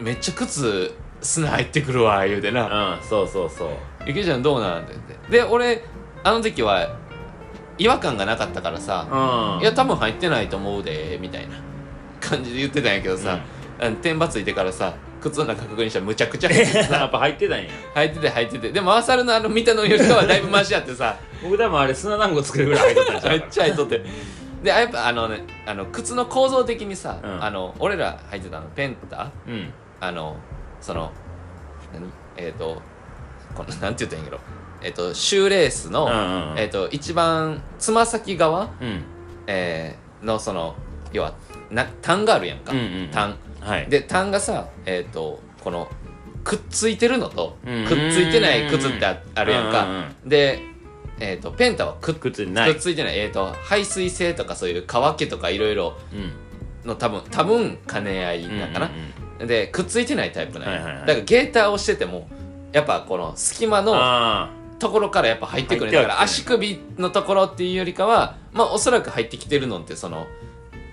Speaker 1: めっちゃ靴砂入ってくるわ言うてな
Speaker 2: うんそうそうそう
Speaker 1: ゆきちゃんどうなん?」って言ってで俺あの時は違和感がなかったからさ「
Speaker 2: うん
Speaker 1: いや多分入ってないと思うで」みたいな感じで言ってたんやけどさ、あの天罰ついてからさ靴の中確認したらむちゃくちゃ入っててさ
Speaker 2: やっぱ入ってたんや
Speaker 1: 入ってて入っててでもアーサルのあの見たのよりかはだいぶマシやってさ
Speaker 2: 僕多分あれ砂団子作るぐらい入ってたんちゃ
Speaker 1: め
Speaker 2: う
Speaker 1: っ
Speaker 2: か
Speaker 1: ちゃ入っとってでやっぱあのねあの靴の構造的にさ、
Speaker 2: うん
Speaker 1: あの俺ら履いてたのペンタ
Speaker 2: らうん
Speaker 1: あのその何えっ、とこのなんて言ったらいいんやろえっ、とシューレースの、
Speaker 2: うんうん
Speaker 1: えっ、と一番つま先側、
Speaker 2: うん
Speaker 1: えーのその要はなタンがあるやんか、
Speaker 2: うんうんうん
Speaker 1: タン
Speaker 2: はい
Speaker 1: でタンがさえっ、とこのくっついてるのと
Speaker 2: うん
Speaker 1: くっついてない靴ってああるやん
Speaker 2: うんうん
Speaker 1: かでえっ、とペンタはくっ
Speaker 2: 靴にない
Speaker 1: くっついてない、えー、と排水性とかそういう乾きとかいろいろ
Speaker 2: うん
Speaker 1: の多分多分兼ね合いなんかな
Speaker 2: うん、うん
Speaker 1: でくっついてないタイプなんや、
Speaker 2: はいはいはい
Speaker 1: だからゲーターをしててもやっぱこの隙間
Speaker 2: うん
Speaker 1: の
Speaker 2: あ
Speaker 1: ところからやっぱ入ってくる
Speaker 2: 入っては
Speaker 1: だ
Speaker 2: きてる
Speaker 1: から足首のところっていうよりかはまあおそらく入ってきてるのってその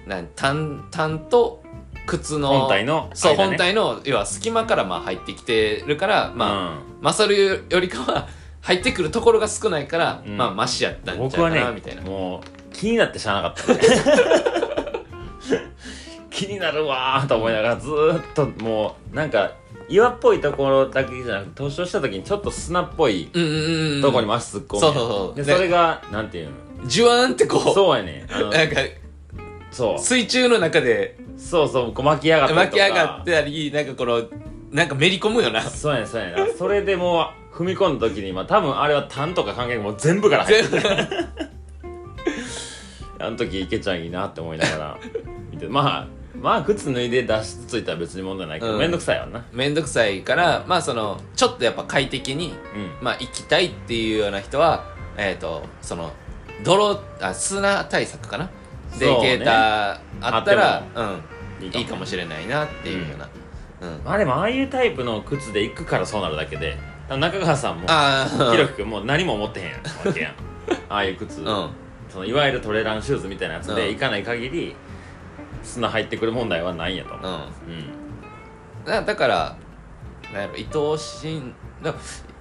Speaker 1: なん単単と靴の
Speaker 2: 本体の
Speaker 1: そう、
Speaker 2: 間ね
Speaker 1: 本体の要は隙間からまあ入ってきてるから
Speaker 2: ー
Speaker 1: まあ、マサルよりかは入ってくるところが少ないから、
Speaker 2: うん
Speaker 1: まあマシやった
Speaker 2: うんん
Speaker 1: ちゃう
Speaker 2: 僕
Speaker 1: か
Speaker 2: は
Speaker 1: な、みたい
Speaker 2: ね
Speaker 1: な。
Speaker 2: もう気になってしゃあなかったね 気になるわーと思いながらずーっともうなんか岩っぽいところだけじゃなくて突進した時にちょっと砂っぽい
Speaker 1: うんうんうんうん、
Speaker 2: とこに足突っ込む
Speaker 1: そうそうそう
Speaker 2: で
Speaker 1: ね
Speaker 2: それがなんていうの
Speaker 1: ジュワーンってこう
Speaker 2: そうやねんあの
Speaker 1: なんか
Speaker 2: そう
Speaker 1: 水中の中で
Speaker 2: そうそうこう巻き上がったり
Speaker 1: 巻
Speaker 2: と
Speaker 1: き
Speaker 2: か
Speaker 1: 上がったりなんかこのなんかめり込むよな
Speaker 2: そうやねんそうやねんそれでもう踏み込んだ時にまあ多分あれはタンとか関係なくもう全部から入る
Speaker 1: 全部
Speaker 2: あの時いけちゃんいいなって思いながら見てまあまあ靴脱いで脱出ついたら別に問題ないけど、
Speaker 1: うん
Speaker 2: めんどくさいわな
Speaker 1: めんどくさいからまあそのちょっとやっぱ快適に、
Speaker 2: うん
Speaker 1: まあ、行きたいっていうような人はえっ、とその泥あ砂対策かなで、
Speaker 2: そうね
Speaker 1: ゲーターあったら
Speaker 2: い
Speaker 1: うん、いいかもしれないなっていうような、うん
Speaker 2: まあでもああいうタイプの靴で行くからそうなるだけで多分中川さんも
Speaker 1: ああ
Speaker 2: ひろきくんもう何も持ってへんやんわけやんああいう靴、
Speaker 1: うん
Speaker 2: そのいわゆるトレランシューズみたいなやつ
Speaker 1: う
Speaker 2: で
Speaker 1: ん
Speaker 2: 行かない限り、砂入ってくる問題はないんやと思う
Speaker 1: うん
Speaker 2: うん
Speaker 1: だだからなんやろ伊藤新だ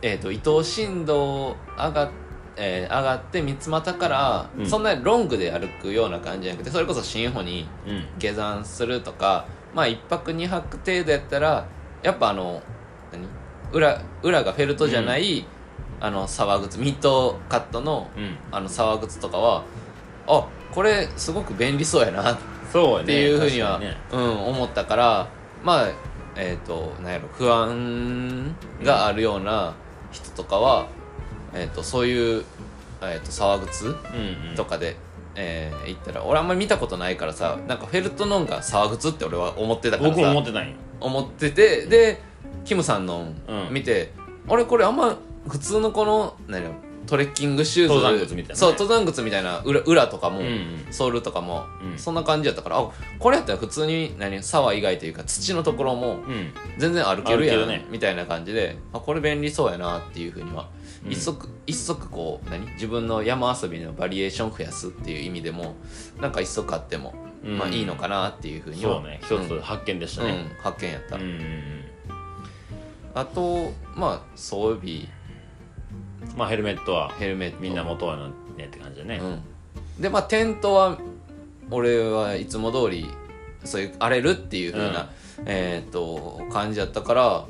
Speaker 1: えっ、と伊藤新道上がえー上がって三俣から、
Speaker 2: うん
Speaker 1: そんなにロングで歩くような感じじゃなくてそれこそ新穂に
Speaker 2: うん
Speaker 1: 下山するとかまあ1泊2泊程度やったらやっぱあの何裏裏がフェルトじゃない、あの革靴ミッドカットの
Speaker 2: うん
Speaker 1: あの革靴とかはあこれすごく便利そうやなっ
Speaker 2: そうやね
Speaker 1: っていうふうには
Speaker 2: 確か
Speaker 1: うん、思ったからまあえっ、となんやろ不安があるような人とかは、えっとそういう、えー、と沢靴
Speaker 2: にねうんうん
Speaker 1: とかで、えー行ったら俺あんまり見たことないからさなんかフェルトのんが沢靴って俺は思ってたから
Speaker 2: 僕も
Speaker 1: さ
Speaker 2: 思ってたんよ
Speaker 1: 思っててでキムさんの
Speaker 2: うん
Speaker 1: 見て、あれこれあんま普通のこの何やろトレッキングシューズ
Speaker 2: 登山靴みたいなね
Speaker 1: そう登山靴みたいな裏裏とかも、
Speaker 2: うんうん
Speaker 1: ソールとかも、
Speaker 2: うん
Speaker 1: そんな感じやったからあこれやったら普通に何沢以外というか土のところも
Speaker 2: うん
Speaker 1: 全然歩けるや
Speaker 2: 歩
Speaker 1: ん、
Speaker 2: けるね
Speaker 1: みたいな感じであこれ便利そうやなっていうふうには、
Speaker 2: うん
Speaker 1: 一足一足こう何自分の山遊びのバリエーション増やすっていう意味でもなんか一足あっても、
Speaker 2: うん
Speaker 1: まあいいのかなっていうふうには
Speaker 2: そうね一つ発見でした
Speaker 1: うん
Speaker 2: ね
Speaker 1: うん発見やった、
Speaker 2: うんうん
Speaker 1: あとまあ装備
Speaker 2: うんまあヘルメットは
Speaker 1: ヘルメット
Speaker 2: みんな元はねって感じだね
Speaker 1: うん、でまあテントは俺はいつも通りそういう荒れるっていう風な、えっ、と感じやったから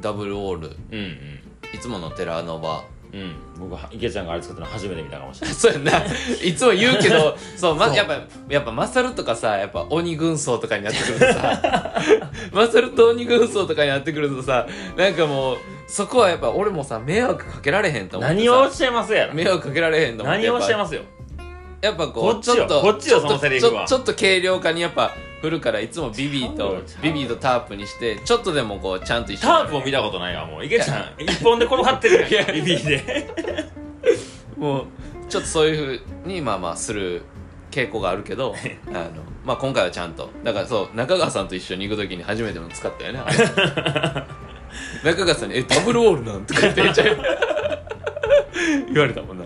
Speaker 1: ダブルオール
Speaker 2: うん
Speaker 1: いつものテラノバ
Speaker 2: うんうん僕は池ちゃんがあれ作ったの初めて見たかもしれな い
Speaker 1: そうやんないつも言うけどそう、ま、
Speaker 2: そう
Speaker 1: やっぱやっぱマサルとかさやっぱ鬼軍曹とかになってくるとさ マサルと鬼軍曹とかになってくるとさなんかもうそこはやっぱ俺もさ迷惑かけられへんと思ってさ
Speaker 2: 何をおっしゃいますやろ
Speaker 1: 迷惑かけられへんと思って
Speaker 2: 何をお
Speaker 1: や
Speaker 2: っ
Speaker 1: っ
Speaker 2: しゃ
Speaker 1: ぱ
Speaker 2: いますよ
Speaker 1: やっぱこう
Speaker 2: こっちよ
Speaker 1: ょと
Speaker 2: こっちよ
Speaker 1: ょと
Speaker 2: そのセリフは
Speaker 1: ちょちょっと軽量化にやっぱ振るからいつもビビー
Speaker 2: ちゃう
Speaker 1: と
Speaker 2: よちゃう
Speaker 1: ビ
Speaker 2: よ
Speaker 1: ビーとタープにしてちょっとでもこうちゃんと一緒
Speaker 2: タープを見たことないわもう池ちゃん一本で転がってるやん指で
Speaker 1: もうちょっとそういうふうにまあまあする傾向があるけ どあの、まあ、今回はちゃんとだからそう中川さんと一緒に行く時に初めての使ったよねあれ 中川さんに「えダブルオールなん?」とか言って言っちゃう言われたもんな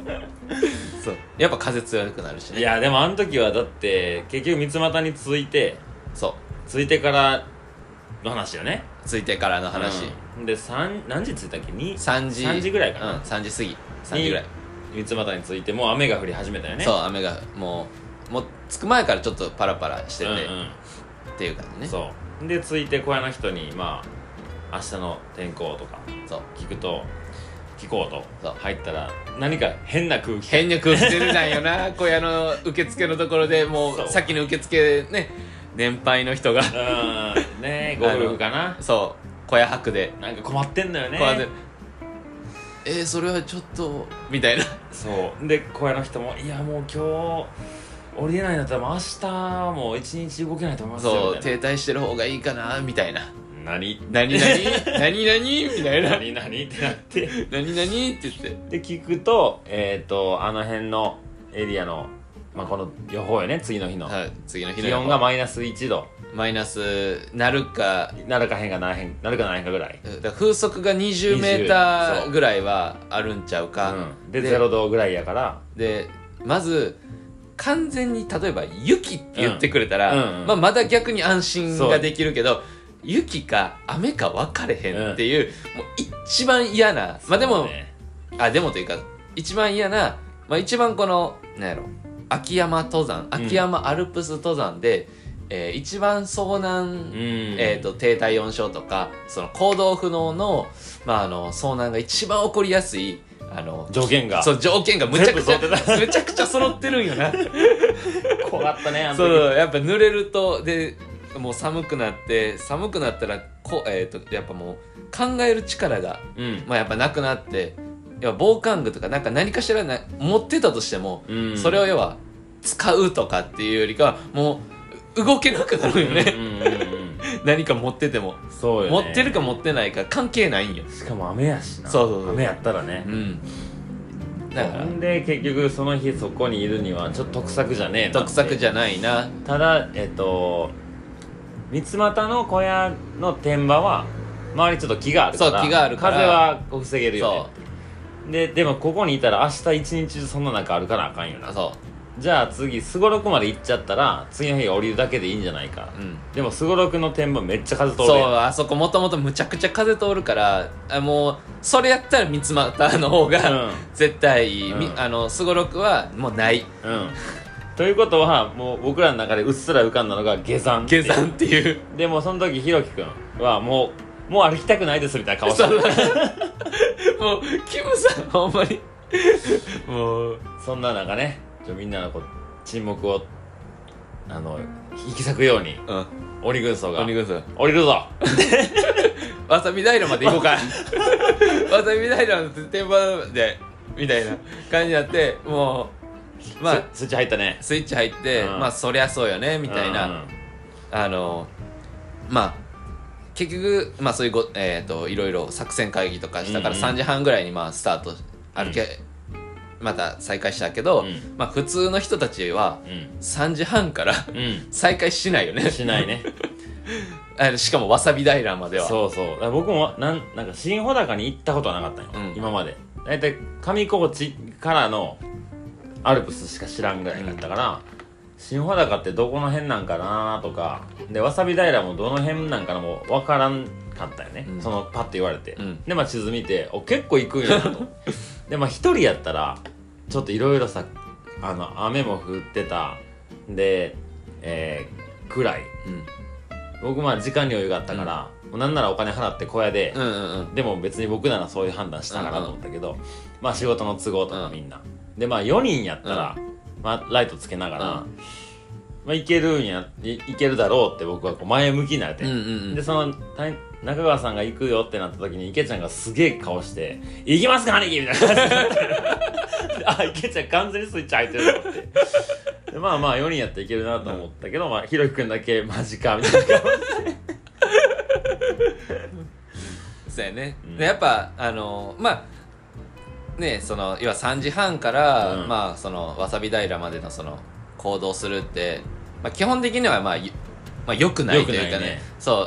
Speaker 1: そうやっぱ風強くなるし
Speaker 2: い
Speaker 1: ね
Speaker 2: やでもあの時はだって結局三股に続いて
Speaker 1: そう
Speaker 2: ついてからの話よね
Speaker 1: ついてからの話、
Speaker 2: うんで三何時に着いたっけに
Speaker 1: 3時
Speaker 2: 3時ぐらいかな
Speaker 1: うん3時過ぎ3時ぐらい
Speaker 2: 三股に着いてもう雨が降り始めたよね
Speaker 1: そう雨がもうもう着く前からちょっとパラパラしてて、
Speaker 2: うん
Speaker 1: っ
Speaker 2: うん
Speaker 1: ていう感じねそう
Speaker 2: そうで着いて小屋の人にまあ明日の天候とか
Speaker 1: そう
Speaker 2: 聞くと聞こう
Speaker 1: そう
Speaker 2: と入ったら何か変 な空気
Speaker 1: 変に空気出るなんよ な小屋の受付のところでも
Speaker 2: そう
Speaker 1: う先の受付でね年配の人が
Speaker 2: うんねご夫婦かな
Speaker 1: そう小屋泊で、
Speaker 2: なんか困ってんだよね
Speaker 1: 小屋でえー、それはちょっとみたいな
Speaker 2: そうで小屋の人も「いやもう今日降りれないんだったらもう明日もう一日動けないと思いますよ」
Speaker 1: そう
Speaker 2: みたい
Speaker 1: 停滞してる方がいいかなみたいな
Speaker 2: な何
Speaker 1: 何々 何々みたいな
Speaker 2: 何何ってなって
Speaker 1: 何々って言って
Speaker 2: で聞くとえっ、とあの辺のエリアの、まあ、この予報よね次の日の、
Speaker 1: はい次の日の
Speaker 2: 気
Speaker 1: 夜
Speaker 2: 温がマイナス1度
Speaker 1: マイナスなるか
Speaker 2: なるかへんかならへんなるかならへんかぐらい、
Speaker 1: だから風速が20メーターぐらいはあるんちゃうか、
Speaker 2: うん、で0度ぐらいやから
Speaker 1: でまず完全に例えば「雪」って言ってくれたら、
Speaker 2: うんうんうん
Speaker 1: まあ、まだ逆に安心ができるけど雪か雨か分かれへんっていう,、もう一番嫌なまあで
Speaker 2: そ
Speaker 1: も、
Speaker 2: うね
Speaker 1: あでもというか一番嫌な、まあ、一番このなんやろ秋山登山秋山アルプス登山で、えー一番遭難
Speaker 2: うん
Speaker 1: えー、と低体温症とかその行動不能の,、まあ、あの遭難が一番起こりやすいあの
Speaker 2: 条件が
Speaker 1: そう条件がむちゃくちゃ
Speaker 2: 全部揃ってた
Speaker 1: むちゃくちゃ揃ってるんよ な
Speaker 2: 怖かったねあの時
Speaker 1: そうやっぱ濡れるとでもう寒くなって寒くなったらこ、えー、とやっぱもう考える力が、
Speaker 2: うん、
Speaker 1: まあ、やっぱなくなって要は防寒具とかなんか何かしらな持ってたとしても、
Speaker 2: うん
Speaker 1: それを要は使うとかっていうよりかはもう動けなくなるよ
Speaker 2: う
Speaker 1: ね、
Speaker 2: んうんうん
Speaker 1: 何か持ってても。
Speaker 2: そうよ、
Speaker 1: 持
Speaker 2: ね、
Speaker 1: ってるか持ってないか関係ないんよ
Speaker 2: しかも雨やしな
Speaker 1: そうそうそう
Speaker 2: 雨やったらね、
Speaker 1: んだから
Speaker 2: ほんで結局その日そこにいるにはちょっと得策じゃねえな
Speaker 1: 得策じ
Speaker 2: ゃ
Speaker 1: ゃないな
Speaker 2: ただえっと三股の小屋の天場は周りちょっと木があるから
Speaker 1: そう木があるから
Speaker 2: 風は防げるよ
Speaker 1: そ
Speaker 2: ねででもここにいたら明日一日中そんな中歩かなあかんよな
Speaker 1: そ
Speaker 2: じゃあ次すごろくまで行っちゃったら次の日降りるだけでいいんじゃないか、
Speaker 1: うん
Speaker 2: でもすごろくの天板めっちゃ風通る
Speaker 1: そう
Speaker 2: やん
Speaker 1: あそこもともとむちゃくちゃ風通るからあもうそれやったら三つ股の方
Speaker 2: う
Speaker 1: が
Speaker 2: ん
Speaker 1: 絶対いい、み
Speaker 2: うん
Speaker 1: あのすごろくはもうない
Speaker 2: うんということはもう僕らの中でうっすら浮かんだのが下山
Speaker 1: 下山っていう
Speaker 2: でもその時ひろきくんはもうもう歩きたくないですみたいな顔してる
Speaker 1: もうキムさんほんまに もう
Speaker 2: そんな中ねちょみんなのこう沈黙をあの引き裂くように
Speaker 1: うん
Speaker 2: 鬼軍曹が
Speaker 1: 鬼軍曹
Speaker 2: 降りるぞ
Speaker 1: わさび平まで行 こうかわさび平の天板でみたいな感じになってもう まあ
Speaker 2: まあスイッチ入ったね
Speaker 1: スイッチ入って、
Speaker 2: うん
Speaker 1: まあそりゃそうよねみたいな、
Speaker 2: うんうん
Speaker 1: あのまあ結局、まあ、そういうご、えー、といろいろ作戦会議とかしたから
Speaker 2: うんうん
Speaker 1: 3時半ぐらいにまあスタート歩け、また再開したけど、
Speaker 2: うん
Speaker 1: まあ、普通の人たちは3時半から
Speaker 2: うん、
Speaker 1: 再開しないよ
Speaker 2: う
Speaker 1: ね
Speaker 2: ん、しない ね
Speaker 1: あのしかもわさび平までは
Speaker 2: そうそうだから僕もなんなんか新穂高に行ったことはなかったんよ、
Speaker 1: うん
Speaker 2: 今まで大体上高地からのアルプスしか知らんぐらいだったから、新穂高ってどこの辺なんかなとかでわさび平もどの辺なんかなもわからんかったよね、
Speaker 1: うん
Speaker 2: そのパッて言われて、
Speaker 1: うん
Speaker 2: でまあ地図見てお結構行くんや なとでまあ一人やったらちょっといろいろさあの雨も降ってたでえー暗い
Speaker 1: うん
Speaker 2: 僕まあ時間に余裕があったから、もうなんならお金払って小屋で
Speaker 1: う、んうんうん
Speaker 2: でも別に僕ならそういう判断したからと思ったけど、まあ仕事の都合とか
Speaker 1: うん
Speaker 2: みんな、でまあ4人やったら、まあ、ライトつけながら、
Speaker 1: うん
Speaker 2: まあいけるんやいいけるだろうって僕はこう前向きになれて、
Speaker 1: うんうんう
Speaker 2: で
Speaker 1: ん
Speaker 2: そのた中川さんが行くよってなった時に池ちゃんがすげえ顔して「行きますか兄貴!」みたいな感じであ池ちゃん完全にスイッチ入ってると思ってでまあまあ4人やっていけるなと思ったけど、まあひろきくんだけマジかみたいな顔して
Speaker 1: そうやね、
Speaker 2: うん
Speaker 1: でやっぱあのまあねその要は3時半から、
Speaker 2: うん
Speaker 1: まあそのわさび平までのその行動するって、まあ、基本的にはまあ、よまあ、良くないというか
Speaker 2: 良く
Speaker 1: ね
Speaker 2: ないね
Speaker 1: そ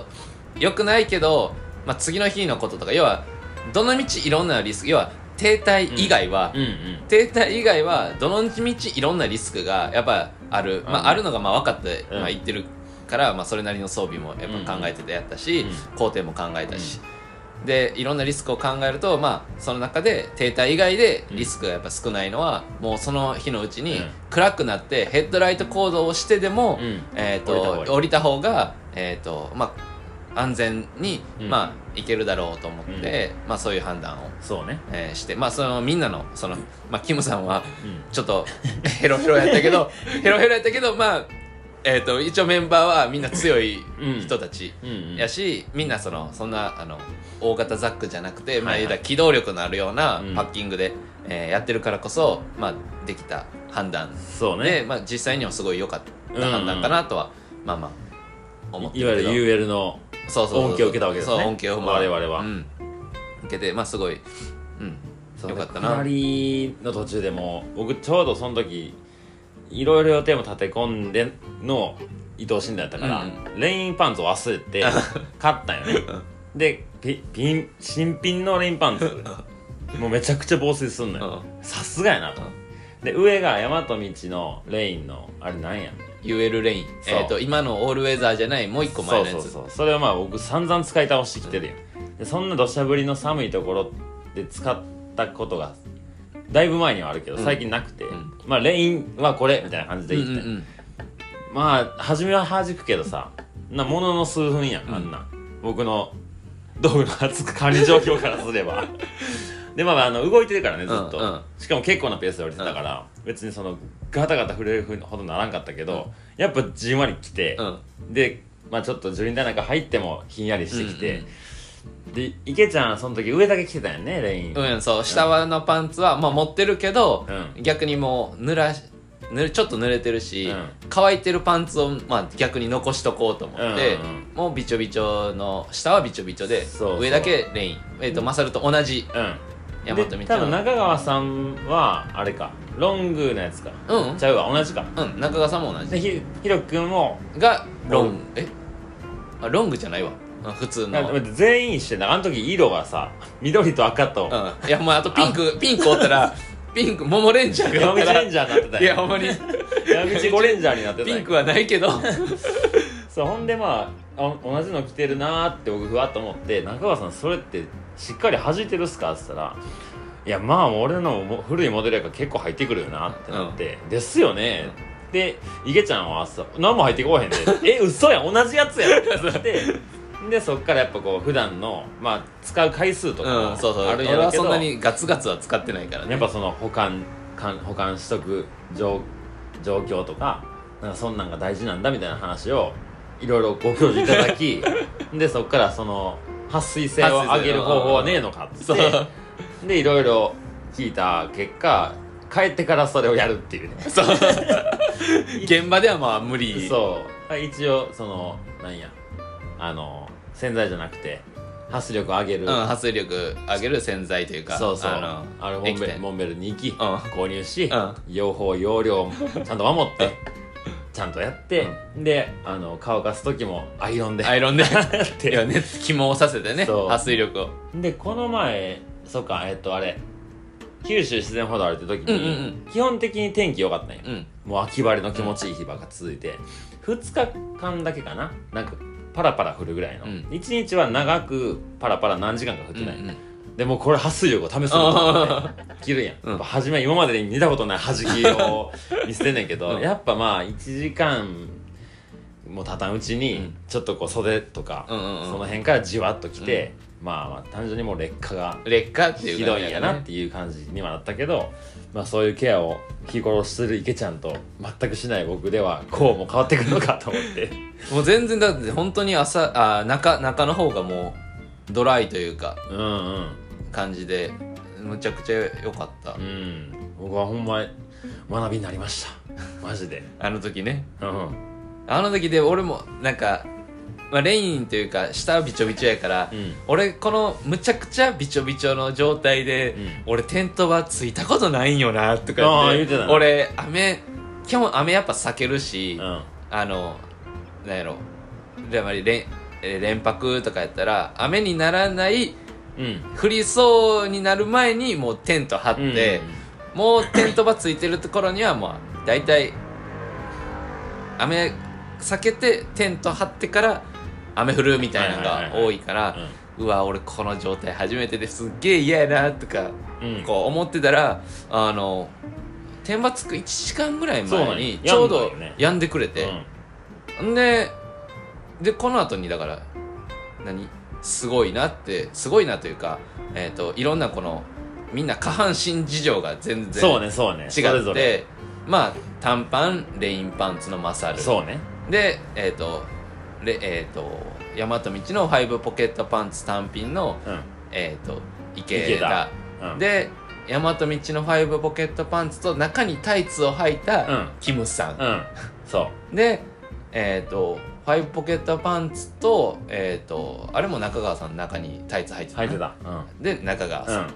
Speaker 1: う良くないけど、まあ、次の日のこととか要はどの道いろんなリスク要は停滞以外は、
Speaker 2: うんうん
Speaker 1: 停滞以外はどの道いろんなリスクがやっぱある、ま
Speaker 2: うん
Speaker 1: あ、あるのがまあ分かって、
Speaker 2: うん
Speaker 1: まあ、言ってるから、まあ、それなりの装備もやっぱ考えててやったし、
Speaker 2: うん
Speaker 1: 工程も考えたし、でいろんなリスクを考えると、まあ、その中で停滞以外でリスクがやっぱ少ないのは、もうその日のうちに
Speaker 2: うん
Speaker 1: 暗くなってヘッドライト行動をしてでも、
Speaker 2: うん
Speaker 1: えー、
Speaker 2: 降りた方が
Speaker 1: と
Speaker 2: いい
Speaker 1: 降りた方が、えーとまあ、安全に、
Speaker 2: うん
Speaker 1: まあ、いけるだろうと思って、まあ、そういう判断を。
Speaker 2: そうね
Speaker 1: えーして、まあ、そのみんなのその、まあ、キムさんは
Speaker 2: うん
Speaker 1: ちょっとヘロヘロやったけ どヘロヘロやったけどまあえっ、と一応メンバーはみんな強い
Speaker 2: うん
Speaker 1: 人たち
Speaker 2: うんうん
Speaker 1: やし、みんなそのそんなあの大型ザックじゃなくて、まあ
Speaker 2: はいは
Speaker 1: 言
Speaker 2: い
Speaker 1: うたら機動力のあるような
Speaker 2: うん
Speaker 1: パッキングで、えーやってるからこそ、まあ、できた判断
Speaker 2: そう
Speaker 1: で、
Speaker 2: ね
Speaker 1: まあ、実際にはすごい良かった判断かなとは、まあまあ思って
Speaker 2: い
Speaker 1: る
Speaker 2: わゆ
Speaker 1: けど
Speaker 2: る UL の
Speaker 1: そうそうそう
Speaker 2: 恩恵を受けたわけですね
Speaker 1: そう恩恵を、
Speaker 2: 我々は
Speaker 1: うん受けてまあすごい、うん、
Speaker 2: そう
Speaker 1: よかった
Speaker 2: で
Speaker 1: な
Speaker 2: 隣の途中でも僕ちょうどその時いろいろ予定も立て込んでの伊藤診断やったから、
Speaker 1: うん
Speaker 2: レインパンツを忘 れて買ったんよねでピピン新品のレインパンツもうめちゃくちゃ防水すんのよさすがやなとで上が大和道のレインのあれなんや
Speaker 1: UL レイン、
Speaker 2: そう
Speaker 1: えー、と今のオールウェザーじゃないもう一個前の
Speaker 2: そう
Speaker 1: や
Speaker 2: そう
Speaker 1: つ
Speaker 2: そうそれはまあ僕散々使い倒してきてるやんでそんな土砂降りの寒いところで使ったことがだいぶ前にはあるけど
Speaker 1: うん
Speaker 2: 最近なくて、
Speaker 1: ん
Speaker 2: まあレインはこれみたいな感じで
Speaker 1: うん
Speaker 2: 言っ
Speaker 1: う
Speaker 2: て、
Speaker 1: んうん
Speaker 2: まあ初めは弾くけどさなものの数分やんあんな、僕の道具の扱う管理状況からすれ ばでまあまああの動いてるからねずっと、
Speaker 1: うんうん
Speaker 2: しかも結構なペースで降りてたから、別にそのガタガタ震えるほどならんかったけど、やっぱじんわりきて、
Speaker 1: うん
Speaker 2: で、まあ、ちょっと樹林の中入ってもひんやりしてきて、
Speaker 1: うん
Speaker 2: で池ちゃんその時上だけ着てたよねレイン、
Speaker 1: うんそう下はのパンツは、まあ、持ってるけど、
Speaker 2: う
Speaker 1: 逆にもう濡らし濡れちょっと濡れてるし、
Speaker 2: うん
Speaker 1: 乾いてるパンツを、まあ、逆に残しとこうと思って、
Speaker 2: うんうん
Speaker 1: もうびちょびちょの下はびちょびちょで
Speaker 2: そうそう
Speaker 1: 上だけレイン、えー、とマサルと同じ
Speaker 2: うん
Speaker 1: 大
Speaker 2: で
Speaker 1: 和道の
Speaker 2: 多分中川さんはあれかロングのやつか、
Speaker 1: うん
Speaker 2: ちゃうわ同じか
Speaker 1: うん中川さんも同
Speaker 2: で
Speaker 1: じ
Speaker 2: ひひろきくんも
Speaker 1: がロン
Speaker 2: ロン
Speaker 1: えあロングじゃないわうん普通
Speaker 2: なん
Speaker 1: の
Speaker 2: か待って全員一緒やなあの時色がさ緑と赤と、
Speaker 1: うんいやもうあとピンクピンクおったらピンクモモレンジャー
Speaker 2: 黒
Speaker 1: がおっ
Speaker 2: み
Speaker 1: た
Speaker 2: レン
Speaker 1: ら
Speaker 2: ジャーになってた
Speaker 1: いや
Speaker 2: よ
Speaker 1: ほんまに
Speaker 2: 闇地ゴレンジャーになってたん
Speaker 1: ピ
Speaker 2: や
Speaker 1: ンクはないけど
Speaker 2: そうほんでまああ同じの着てるなーって僕ふわっと思って中川さんそれってしっかり弾いてるっすかって言ったら「いやまあ俺のも古いモデルやから結構入ってくるよな」ってなって「ですよね」でいげちゃんは朝何も入っ てこへんで「え嘘やん同じやつやん」ってなってでそっからやっぱこう普段のまあ使う回数とか
Speaker 1: うん
Speaker 2: も
Speaker 1: そうそう
Speaker 2: あるんや
Speaker 1: 俺
Speaker 2: ろう
Speaker 1: は
Speaker 2: けど、
Speaker 1: そんなにガツガツは使ってないからね
Speaker 2: やっぱその保管かん保管しとく状状況とかなんかそんなんが大事なんだみたいな話をいろいろご教示いただ きでそっからその撥水性を上げる方法はねえのかっつ
Speaker 1: そ
Speaker 2: っ
Speaker 1: う
Speaker 2: てでいろいろ聞いた結果帰ってからそれをやるっていうね
Speaker 1: そう現場ではまあ無理
Speaker 2: そう一応そのなんやあの洗剤じゃなくて発力を上げる、
Speaker 1: うん、発力上げる洗剤というか
Speaker 2: そうそうあ
Speaker 1: あ
Speaker 2: れ
Speaker 1: の
Speaker 2: モン
Speaker 1: 液
Speaker 2: ベ
Speaker 1: 体
Speaker 2: モンベル2機
Speaker 1: ん
Speaker 2: 購入し、
Speaker 1: うん
Speaker 2: 用法用 量もちゃんと守ってちゃんとやって、であの乾かす時もアイロ ンで
Speaker 1: アイロン で
Speaker 2: て
Speaker 1: いやね肝をさせてね
Speaker 2: そう
Speaker 1: 発水力を
Speaker 2: でこの前そっかえっとあれ九州自然歩道歩いてる時に、
Speaker 1: うんうん
Speaker 2: 基本的に天気良かったんや、
Speaker 1: うん
Speaker 2: もう秋晴れの気持ちいい日ばっか続いて2日間だけかななんかパラパラ降るぐらいの、
Speaker 1: うん
Speaker 2: 一1日は長くパラパラ何時間か降ってない、
Speaker 1: うんうん
Speaker 2: でもうこれ撥水力を試すのと切るやん、
Speaker 1: うん
Speaker 2: やっぱ初め今までに見たことない弾き を見せてんねんけど、
Speaker 1: うん
Speaker 2: やっぱまあ1時間もたたんうち
Speaker 1: う
Speaker 2: に
Speaker 1: ん
Speaker 2: ちょっとこう袖とか、
Speaker 1: うんうんうん
Speaker 2: その辺からじわっときて、まあまあ単純にもう劣化が
Speaker 1: 劣化っていう
Speaker 2: ひどいんやなっ
Speaker 1: ね
Speaker 2: ていう感じにはなったけど、まあそういうケアを日頃する池ちゃんと全くしない僕ではこうも変わってくるのかと思って
Speaker 1: もう全然だって本当に朝あ中中の方がもうドライと いうか
Speaker 2: うんうん
Speaker 1: 感じでむちゃくちゃ良かった、
Speaker 2: うん僕はほんま学びになりましたマジで
Speaker 1: あの時ね
Speaker 2: うん
Speaker 1: あの時で俺もなんか、まあ、レインというか下はびちょびちょやから、
Speaker 2: うん
Speaker 1: 俺このむちゃくちゃびちょびちょの状態で、
Speaker 2: うん
Speaker 1: 俺テントはついたことないんよなと
Speaker 2: あ
Speaker 1: か言
Speaker 2: ー言
Speaker 1: っ
Speaker 2: う
Speaker 1: て
Speaker 2: てたね
Speaker 1: 俺雨基本雨やっぱ避けるし、
Speaker 2: うん
Speaker 1: あのなんやろでまりれんえー連泊とかやったら雨にならない
Speaker 2: うん
Speaker 1: 降りそうになる前にもうテント張っ
Speaker 2: うん
Speaker 1: て、もうテント場ついてるところにはまあ大体雨避けてテント張ってから雨降るみたいなの
Speaker 2: はいは
Speaker 1: が
Speaker 2: いはいはい
Speaker 1: 多いからうわ俺この状態初めてですっげえ嫌やなとか
Speaker 2: うんうん
Speaker 1: こう思ってたらあの天罰つく1時間ぐらい
Speaker 2: そうな
Speaker 1: 前
Speaker 2: んや
Speaker 1: にちょうど
Speaker 2: やんだよね
Speaker 1: 止んでくれてんででこの後にだから何すごいなってすごいなというかえっ、といろんなこのみんな下半身事情が全然
Speaker 2: そうねそうねそ
Speaker 1: 違
Speaker 2: れ
Speaker 1: って
Speaker 2: ぞれ
Speaker 1: まあ短パンレインパンツのマサル
Speaker 2: そうね
Speaker 1: でえっ、とレえっ、と大和道のファイブポケットパンツ単品の
Speaker 2: うん
Speaker 1: えっ、と池
Speaker 2: 池
Speaker 1: 田
Speaker 2: 田うん
Speaker 1: で大和道のファイブポケットパンツと中にタイツを履い
Speaker 2: うん
Speaker 1: たキムさん、
Speaker 2: うんそ
Speaker 1: でえっ、とファイブポケットパンツとえっ、とあれも中川さんの中にタイツ履いてた
Speaker 2: う
Speaker 1: な
Speaker 2: 入ってたうん
Speaker 1: で中川
Speaker 2: う
Speaker 1: さん、
Speaker 2: ん
Speaker 1: っ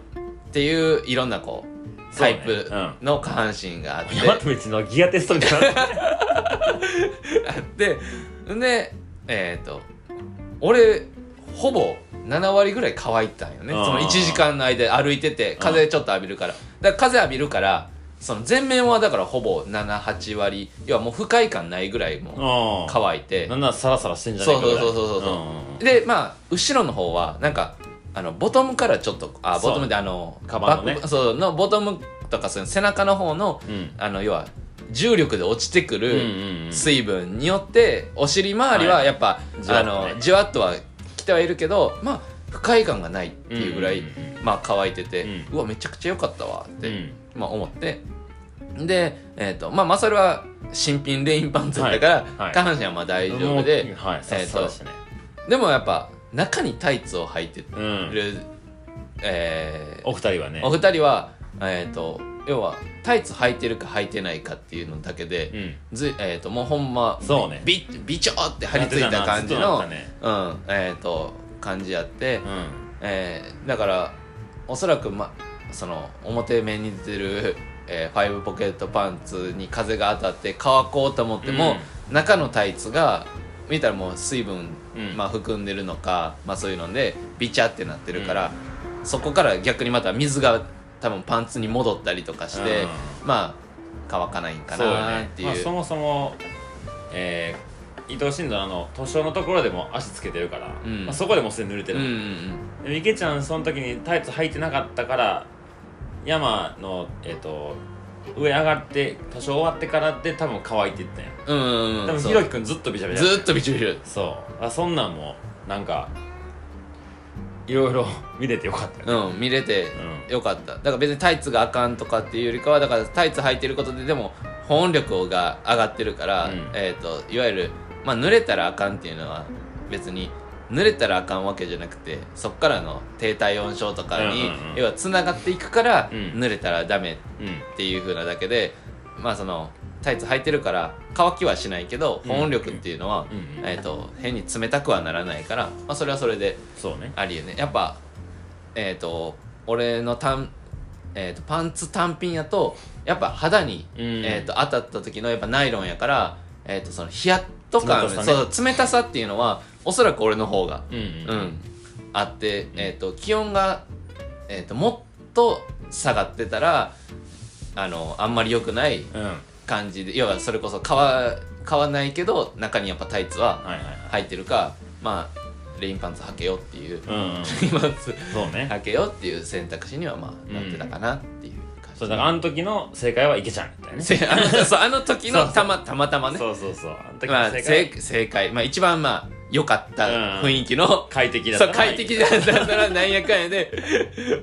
Speaker 1: ていういろんなこう
Speaker 2: そう
Speaker 1: タ
Speaker 2: ね
Speaker 1: イプの下半身があって、
Speaker 2: 山道のギアテストみたいな
Speaker 1: あってでえっ、と俺ほぼ7割ぐらい乾いたんよね
Speaker 2: あー
Speaker 1: その1時間の間歩いてて風ちょっと浴びるからだから風浴びるからその全面はだからほぼ78割要はもう不快感ないぐらいもう
Speaker 2: う
Speaker 1: 乾いて
Speaker 2: んなんならサラサラしてんじゃないかぐらい
Speaker 1: そうそうそうそうそう
Speaker 2: うんうん
Speaker 1: でまあ後ろの方はなんかあのボトムからちょっとあ
Speaker 2: そう
Speaker 1: ボトムであの
Speaker 2: カバンのね
Speaker 1: バックそうのボトムとかその背中の方の
Speaker 2: うん
Speaker 1: あの要は重力で落ちてくる、
Speaker 2: うんうん
Speaker 1: 水分によってお尻周りは
Speaker 2: はい
Speaker 1: やっぱ、
Speaker 2: じわ
Speaker 1: あ
Speaker 2: っとね
Speaker 1: のじわっとはきてはいるけどまあ不快感がないっていうぐらい、
Speaker 2: うんうん
Speaker 1: まあ乾いてて、
Speaker 2: う
Speaker 1: うわめちゃくちゃ良かったわって、
Speaker 2: うん
Speaker 1: まあ、思ってでえっ、とまあマサルは新品レインパンツだったから、
Speaker 2: はいはい
Speaker 1: 下半身はまあ大丈夫
Speaker 2: もう
Speaker 1: で
Speaker 2: はいサラサラしてね
Speaker 1: でもやっぱ中にタイツを履いてる、
Speaker 2: うん
Speaker 1: えー
Speaker 2: お二人はね
Speaker 1: お二人はえっ、と要はタイツ履いてるか履いてないかっていうのだけで、
Speaker 2: うん
Speaker 1: ずえー、ともうほんま
Speaker 2: そうね
Speaker 1: ビビチョーって張り付いた感じ
Speaker 2: なっ
Speaker 1: の
Speaker 2: てたなずっとなっ
Speaker 1: うん
Speaker 2: て
Speaker 1: えっ、と感じやって、
Speaker 2: うん
Speaker 1: えーだからおそらく、ま、その表面に出てる、えーファイブポケットパンツに風が当たって乾こうと思っても、中のタイツが見たらもう水分、
Speaker 2: うん
Speaker 1: まあ、含んでるのか、まあ、そういうのでビチャってなってるから、そこから逆にまた水が多分パンツに戻ったりとかして、
Speaker 2: うん
Speaker 1: まあ乾かないんか
Speaker 2: そうよ
Speaker 1: な
Speaker 2: ね
Speaker 1: ってい
Speaker 2: まあ、
Speaker 1: う
Speaker 2: そもそも、えー伊藤慎吾のあの図書のところでも足つけてるから、
Speaker 1: うん
Speaker 2: まあ、そこでもうすでに濡れて
Speaker 1: う
Speaker 2: る
Speaker 1: ん
Speaker 2: も
Speaker 1: うん
Speaker 2: ん、
Speaker 1: うん
Speaker 2: でも池ちゃんその時にタイツ履いてなかったから山のえっ、と上上がって図書終わってからで多分乾いていったんや、
Speaker 1: うんうんうん
Speaker 2: 多分
Speaker 1: そう
Speaker 2: ひろきくんずっとびしゃびしゃ
Speaker 1: ずーっとびちょびちょ
Speaker 2: そうあそんなんもなんかいろい ろ見れてよかったよね
Speaker 1: うん見れてよかっただから別にタイツがあかんとかっていうよりかはだからタイツ履いてることででも保温力が上がってるから、
Speaker 2: うん
Speaker 1: えっ、といわゆる、まあ、濡れたらあかんっていうのは別に濡れたらあかんわけじゃなくてそっからの低体温症とかに、
Speaker 2: うんうんうん
Speaker 1: 要はつながっていくから、
Speaker 2: うん
Speaker 1: 濡れたらダメ
Speaker 2: うん、うん
Speaker 1: っていう風なだけでまあそのタイツ履いてるから乾きはしないけど
Speaker 2: うん
Speaker 1: 保温力っていうのは、
Speaker 2: うんうん
Speaker 1: えー、と変に冷たくはならないから、まあ、それはそれで
Speaker 2: そうね
Speaker 1: ありよねやっぱえっ、と俺のたん、えー、とパンツ単品やとやっぱ肌に、
Speaker 2: うん
Speaker 1: えー、と当たった時のやっぱナイロンやから、えー、とそのヒヤッと感
Speaker 2: 冷たさね
Speaker 1: そう冷たさっていうのはおそらく俺の方が
Speaker 2: うん
Speaker 1: うん、あって、えー、と気温が、えー、ともっと下がってたらあのあんまり良くない
Speaker 2: うん、はい
Speaker 1: 感じで要はそれこそ買わ買わないけど中にやっぱタイツは
Speaker 2: はい
Speaker 1: 入ってるかまあレインパンツ履けようっていうレ
Speaker 2: うん、うん、
Speaker 1: インパンツ
Speaker 2: そうね
Speaker 1: 履けようっていう選択肢にはまあなってたかなっていう感じ、
Speaker 2: そうだからあの時の正解は池ちゃんみたいなね
Speaker 1: せあのそうあの時の
Speaker 2: そうそう
Speaker 1: たまたまたまね
Speaker 2: そうそうそうあの時
Speaker 1: ま
Speaker 2: の
Speaker 1: あ、
Speaker 2: 正
Speaker 1: 正
Speaker 2: 解
Speaker 1: 正解、まあ、一番まあ良かった
Speaker 2: うん
Speaker 1: 雰囲気の、
Speaker 2: 快適だった
Speaker 1: そう
Speaker 2: な
Speaker 1: 快適だったらなんやかんやで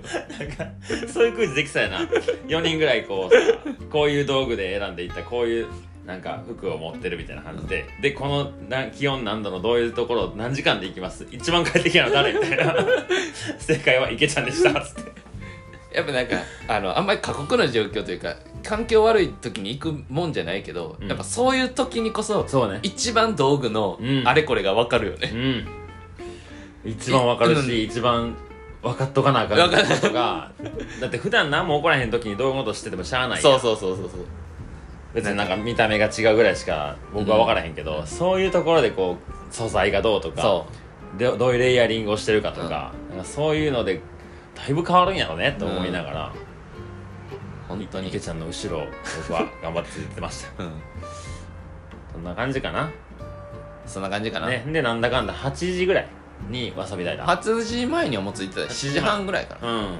Speaker 2: そういうクイズできそうやな4人ぐらいこうさこういう道具で選んでいったこういうなんか服を持ってるみたいな感じででこのな気温何度のどういうところを何時間で行きます一番快適なの 誰みたいな正解は池ちゃんでしたつって
Speaker 1: やっぱなんかあのあんまり過酷な状況というか環境悪い時に行くもんじゃないけど、
Speaker 2: うん
Speaker 1: やっぱそういう時にこそ
Speaker 2: そうね
Speaker 1: 一番道具の
Speaker 2: うん
Speaker 1: あれこれが分かるよ
Speaker 2: う
Speaker 1: ね、
Speaker 2: ん一番わかるし、
Speaker 1: う
Speaker 2: 一番分かっとかなあかんこととかだって普段何も起こらへん時にどういうことしててもしゃあないやん
Speaker 1: そうそうそうそうそう
Speaker 2: 別になんか見た目が違うぐらいしか僕は分からへんけど、そういうところでこう素材がどうとか
Speaker 1: そ
Speaker 2: でどういうレイヤリングをしてるかとか,、なんかそういうのでだいぶ変わるんやろねと思いながら、
Speaker 1: う本当に
Speaker 2: 池、ちゃんの後ろを 僕は頑張ってついてました
Speaker 1: うん、
Speaker 2: そんな感じかな、
Speaker 1: そんな感じかな、
Speaker 2: ね、でなんだかんだ8時ぐらいにわさび台だ
Speaker 1: 8時前にはもう着いてた7時半ぐらいかな
Speaker 2: うん
Speaker 1: 7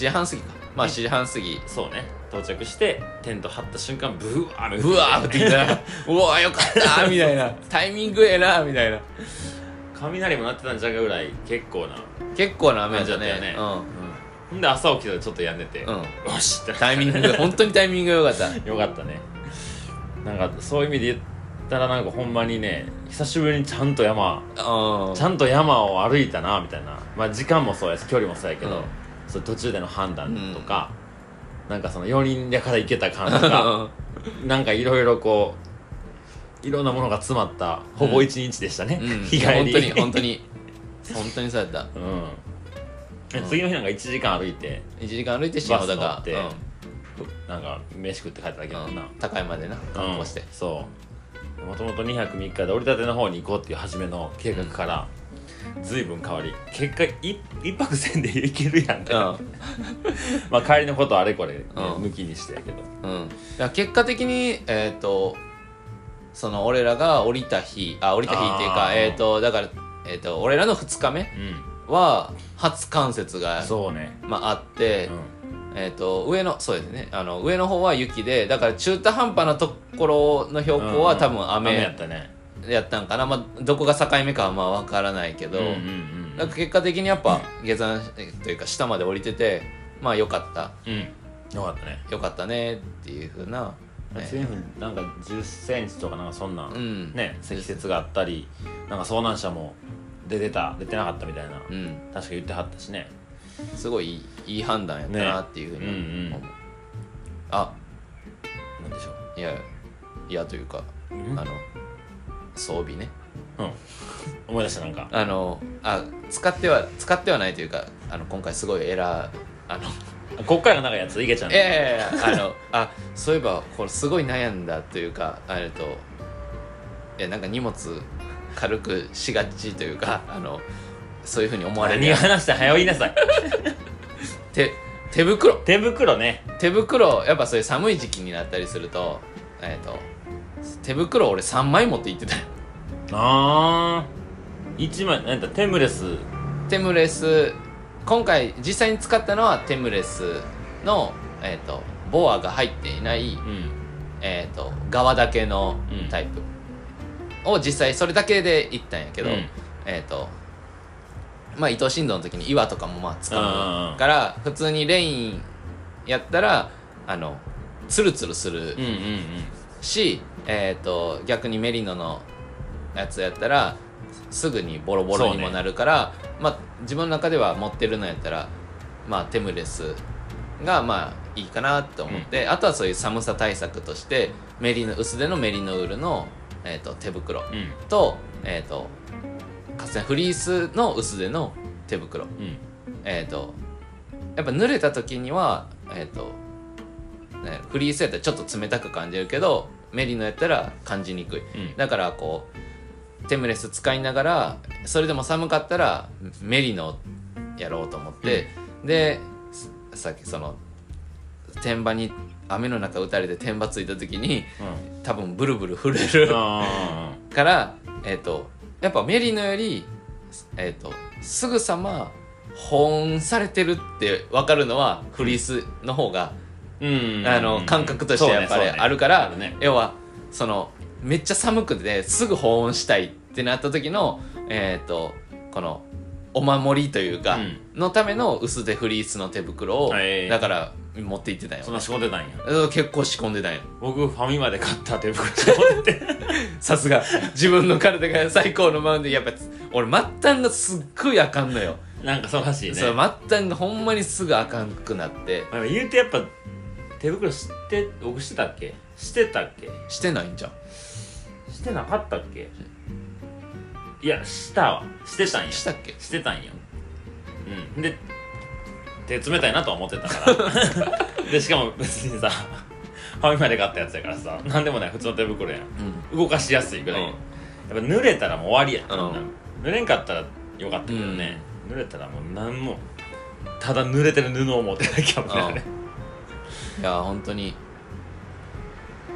Speaker 1: 時半過ぎかまあ
Speaker 2: うん
Speaker 1: 7時半過ぎ
Speaker 2: そうね到着してテント張った瞬間ブワー
Speaker 1: うわー降ってきたな うわーよかったーみたいなタイミングええなーみたいな
Speaker 2: 雷も鳴ってたんちゃうかぐらい結構な
Speaker 1: 結構な雨やっ
Speaker 2: だ
Speaker 1: た
Speaker 2: ったよ
Speaker 1: ね
Speaker 2: ね
Speaker 1: う
Speaker 2: ほんで朝起きたらちょっとやんでて、
Speaker 1: ん、うん、
Speaker 2: よしって
Speaker 1: タイミン グ本当にタイミングが良かった
Speaker 2: よかったねなんかそういう意味で言ったらなんかほんまにね久しぶりにちゃんと山
Speaker 1: うん
Speaker 2: ちゃんと山を歩いたなみたいなまあ時間もそうやし距離もそうやけど、
Speaker 1: うん
Speaker 2: それ途中での判断とか、なんかその4人だから行けた感とか なんかいろいろこういろんなものが詰まったほぼ一日でしたね、
Speaker 1: うん、うん、
Speaker 2: 日帰り
Speaker 1: 本当に本当に本当にそうやった
Speaker 2: うんで次の日なんか1時間歩いて
Speaker 1: 1時間歩いて新穂高
Speaker 2: バス乗って
Speaker 1: うん
Speaker 2: なんか飯食って帰っただけだもんな、
Speaker 1: うん高いまでな観光して、
Speaker 2: うんそうもともと2泊3日で折り立ての方に行こうっていう初めの計画から随分変わり結果い一泊せんで行けるやんって、
Speaker 1: う
Speaker 2: まあ帰りのことはあれこれ、ね
Speaker 1: うん
Speaker 2: 抜きにしてやけど
Speaker 1: ん、うん、だから結果的にえっ、とその俺らが降りた日あ降りた日っていう
Speaker 2: あ
Speaker 1: か
Speaker 2: ー
Speaker 1: えっ、とだから、えー、と俺らの2日目
Speaker 2: う
Speaker 1: は初冠雪が
Speaker 2: ん、そうね、
Speaker 1: まあ、あって、
Speaker 2: う
Speaker 1: えっと上のそうですねあの上の方は雪でだから中途半端なところの標
Speaker 2: ん、
Speaker 1: 高は多分
Speaker 2: 雨やっ
Speaker 1: 雨
Speaker 2: たね
Speaker 1: やったんかな、まあ、どこが境目かはまあ分からないけど、
Speaker 2: うんうんう
Speaker 1: なん
Speaker 2: ん
Speaker 1: か結果的にやっぱ下山というか下まで降りててまあよかった
Speaker 2: うんよかったね
Speaker 1: よかったねっていうふうな、ね
Speaker 2: 次の日なんか1 0ンチとかなんかそんな、
Speaker 1: うん
Speaker 2: ね積雪があったりなんか遭難者も出てた出てなかったみたいな、
Speaker 1: うん、
Speaker 2: 確か言ってはったしね
Speaker 1: すごいいいいい判断やったなっていうふうに思う、
Speaker 2: ねうんうん
Speaker 1: あ
Speaker 2: なんでしょう
Speaker 1: いやいやというか
Speaker 2: ん
Speaker 1: あの装備ね
Speaker 2: うん、思い出したなんか
Speaker 1: あのあ使っては使ってはないというかあの今回すごいエラーあの
Speaker 2: こっからが長いやついけちゃんの
Speaker 1: ええあのあそういえばこれすごい悩んだというかあれといやなんか荷物軽くしがちというかあのそういうふうに思われる
Speaker 2: 何
Speaker 1: や
Speaker 2: が
Speaker 1: んっ
Speaker 2: 話して早う言いなさい
Speaker 1: て手袋
Speaker 2: 手袋ね
Speaker 1: 手袋やっぱそういう寒い時期になったりするとえっ、と手袋俺3枚持って行ってたよ
Speaker 2: ああ一枚なんだテムレス
Speaker 1: テムレス今回実際に使ったのはテムレスの、えー、とボアが入っていない、
Speaker 2: うん
Speaker 1: えー、と側だけの
Speaker 2: うん
Speaker 1: タイプを実際それだけで行ったんやけど、
Speaker 2: うん
Speaker 1: えっ、とまあ伊藤新道の時に岩とかもまあ使うから普通にレインやったらあのツルツルする
Speaker 2: うんうん
Speaker 1: し、えー、と逆にメリノのやつやったらすぐにボロボロにもなるから、まあ、自分の中では持ってるのやったら、まあ、テムレスがまあいいかなと思って、あとはそういう寒さ対策としてメリノ薄手のメリノウールの、えー、と手袋
Speaker 2: うんうん
Speaker 1: と,、えー、とかつてフリースの薄手の手袋
Speaker 2: うん
Speaker 1: えっ、とやっぱ濡れた時にはえっ、と、ね、フリースやったらちょっと冷たく感じるけどメリノやったら感じにくい
Speaker 2: うん
Speaker 1: だからこうテムレス使いながらそれでも寒かったらメリノやろうと思って、でささっきその天場に雨の中打たれて天場ついた時に
Speaker 2: うん
Speaker 1: 多分ブルブル震える
Speaker 2: あ
Speaker 1: から、えっとやっぱメリノより、えっとすぐさま保温されてるって分かるのはフリースの方が、
Speaker 2: ーうん
Speaker 1: あの感覚としてやっぱりあるから、
Speaker 2: そうねそうね
Speaker 1: 要はそのめっちゃ寒くてすぐ保温したいってなった時の、えっとこのお守りというか、
Speaker 2: うん
Speaker 1: のための薄手フリースの手袋を、
Speaker 2: はい
Speaker 1: だから持って行ってたよ
Speaker 2: そんな仕事出たんや
Speaker 1: うん結構仕込んでたよ
Speaker 2: 僕ファミマで買った手袋持ってて
Speaker 1: さすが自分の体が最高のマウンドやっぱ俺末端がすっごいあかんのよ、
Speaker 2: なんかそうらしいね
Speaker 1: そう末端がほんまにすぐあかんくなって
Speaker 2: まあ言うてやっぱ手袋して僕してたっけしてたっけ
Speaker 1: してないんじゃん
Speaker 2: してなかったっけいやしたわしてたんや
Speaker 1: したっけ
Speaker 2: してたんようんで手冷たいなとは思ってたから でしかも別にさファミマで買ったやつやからさなんでもない普通の手袋やん
Speaker 1: う
Speaker 2: 動かしやすいぐらい、
Speaker 1: うん
Speaker 2: やっぱ濡れたらもう終わりやん、
Speaker 1: うん
Speaker 2: 濡れんかったらよかったけどね、濡れたらもうなんもただ濡れてる布を持ってなきゃみたいなね
Speaker 1: んいや本当に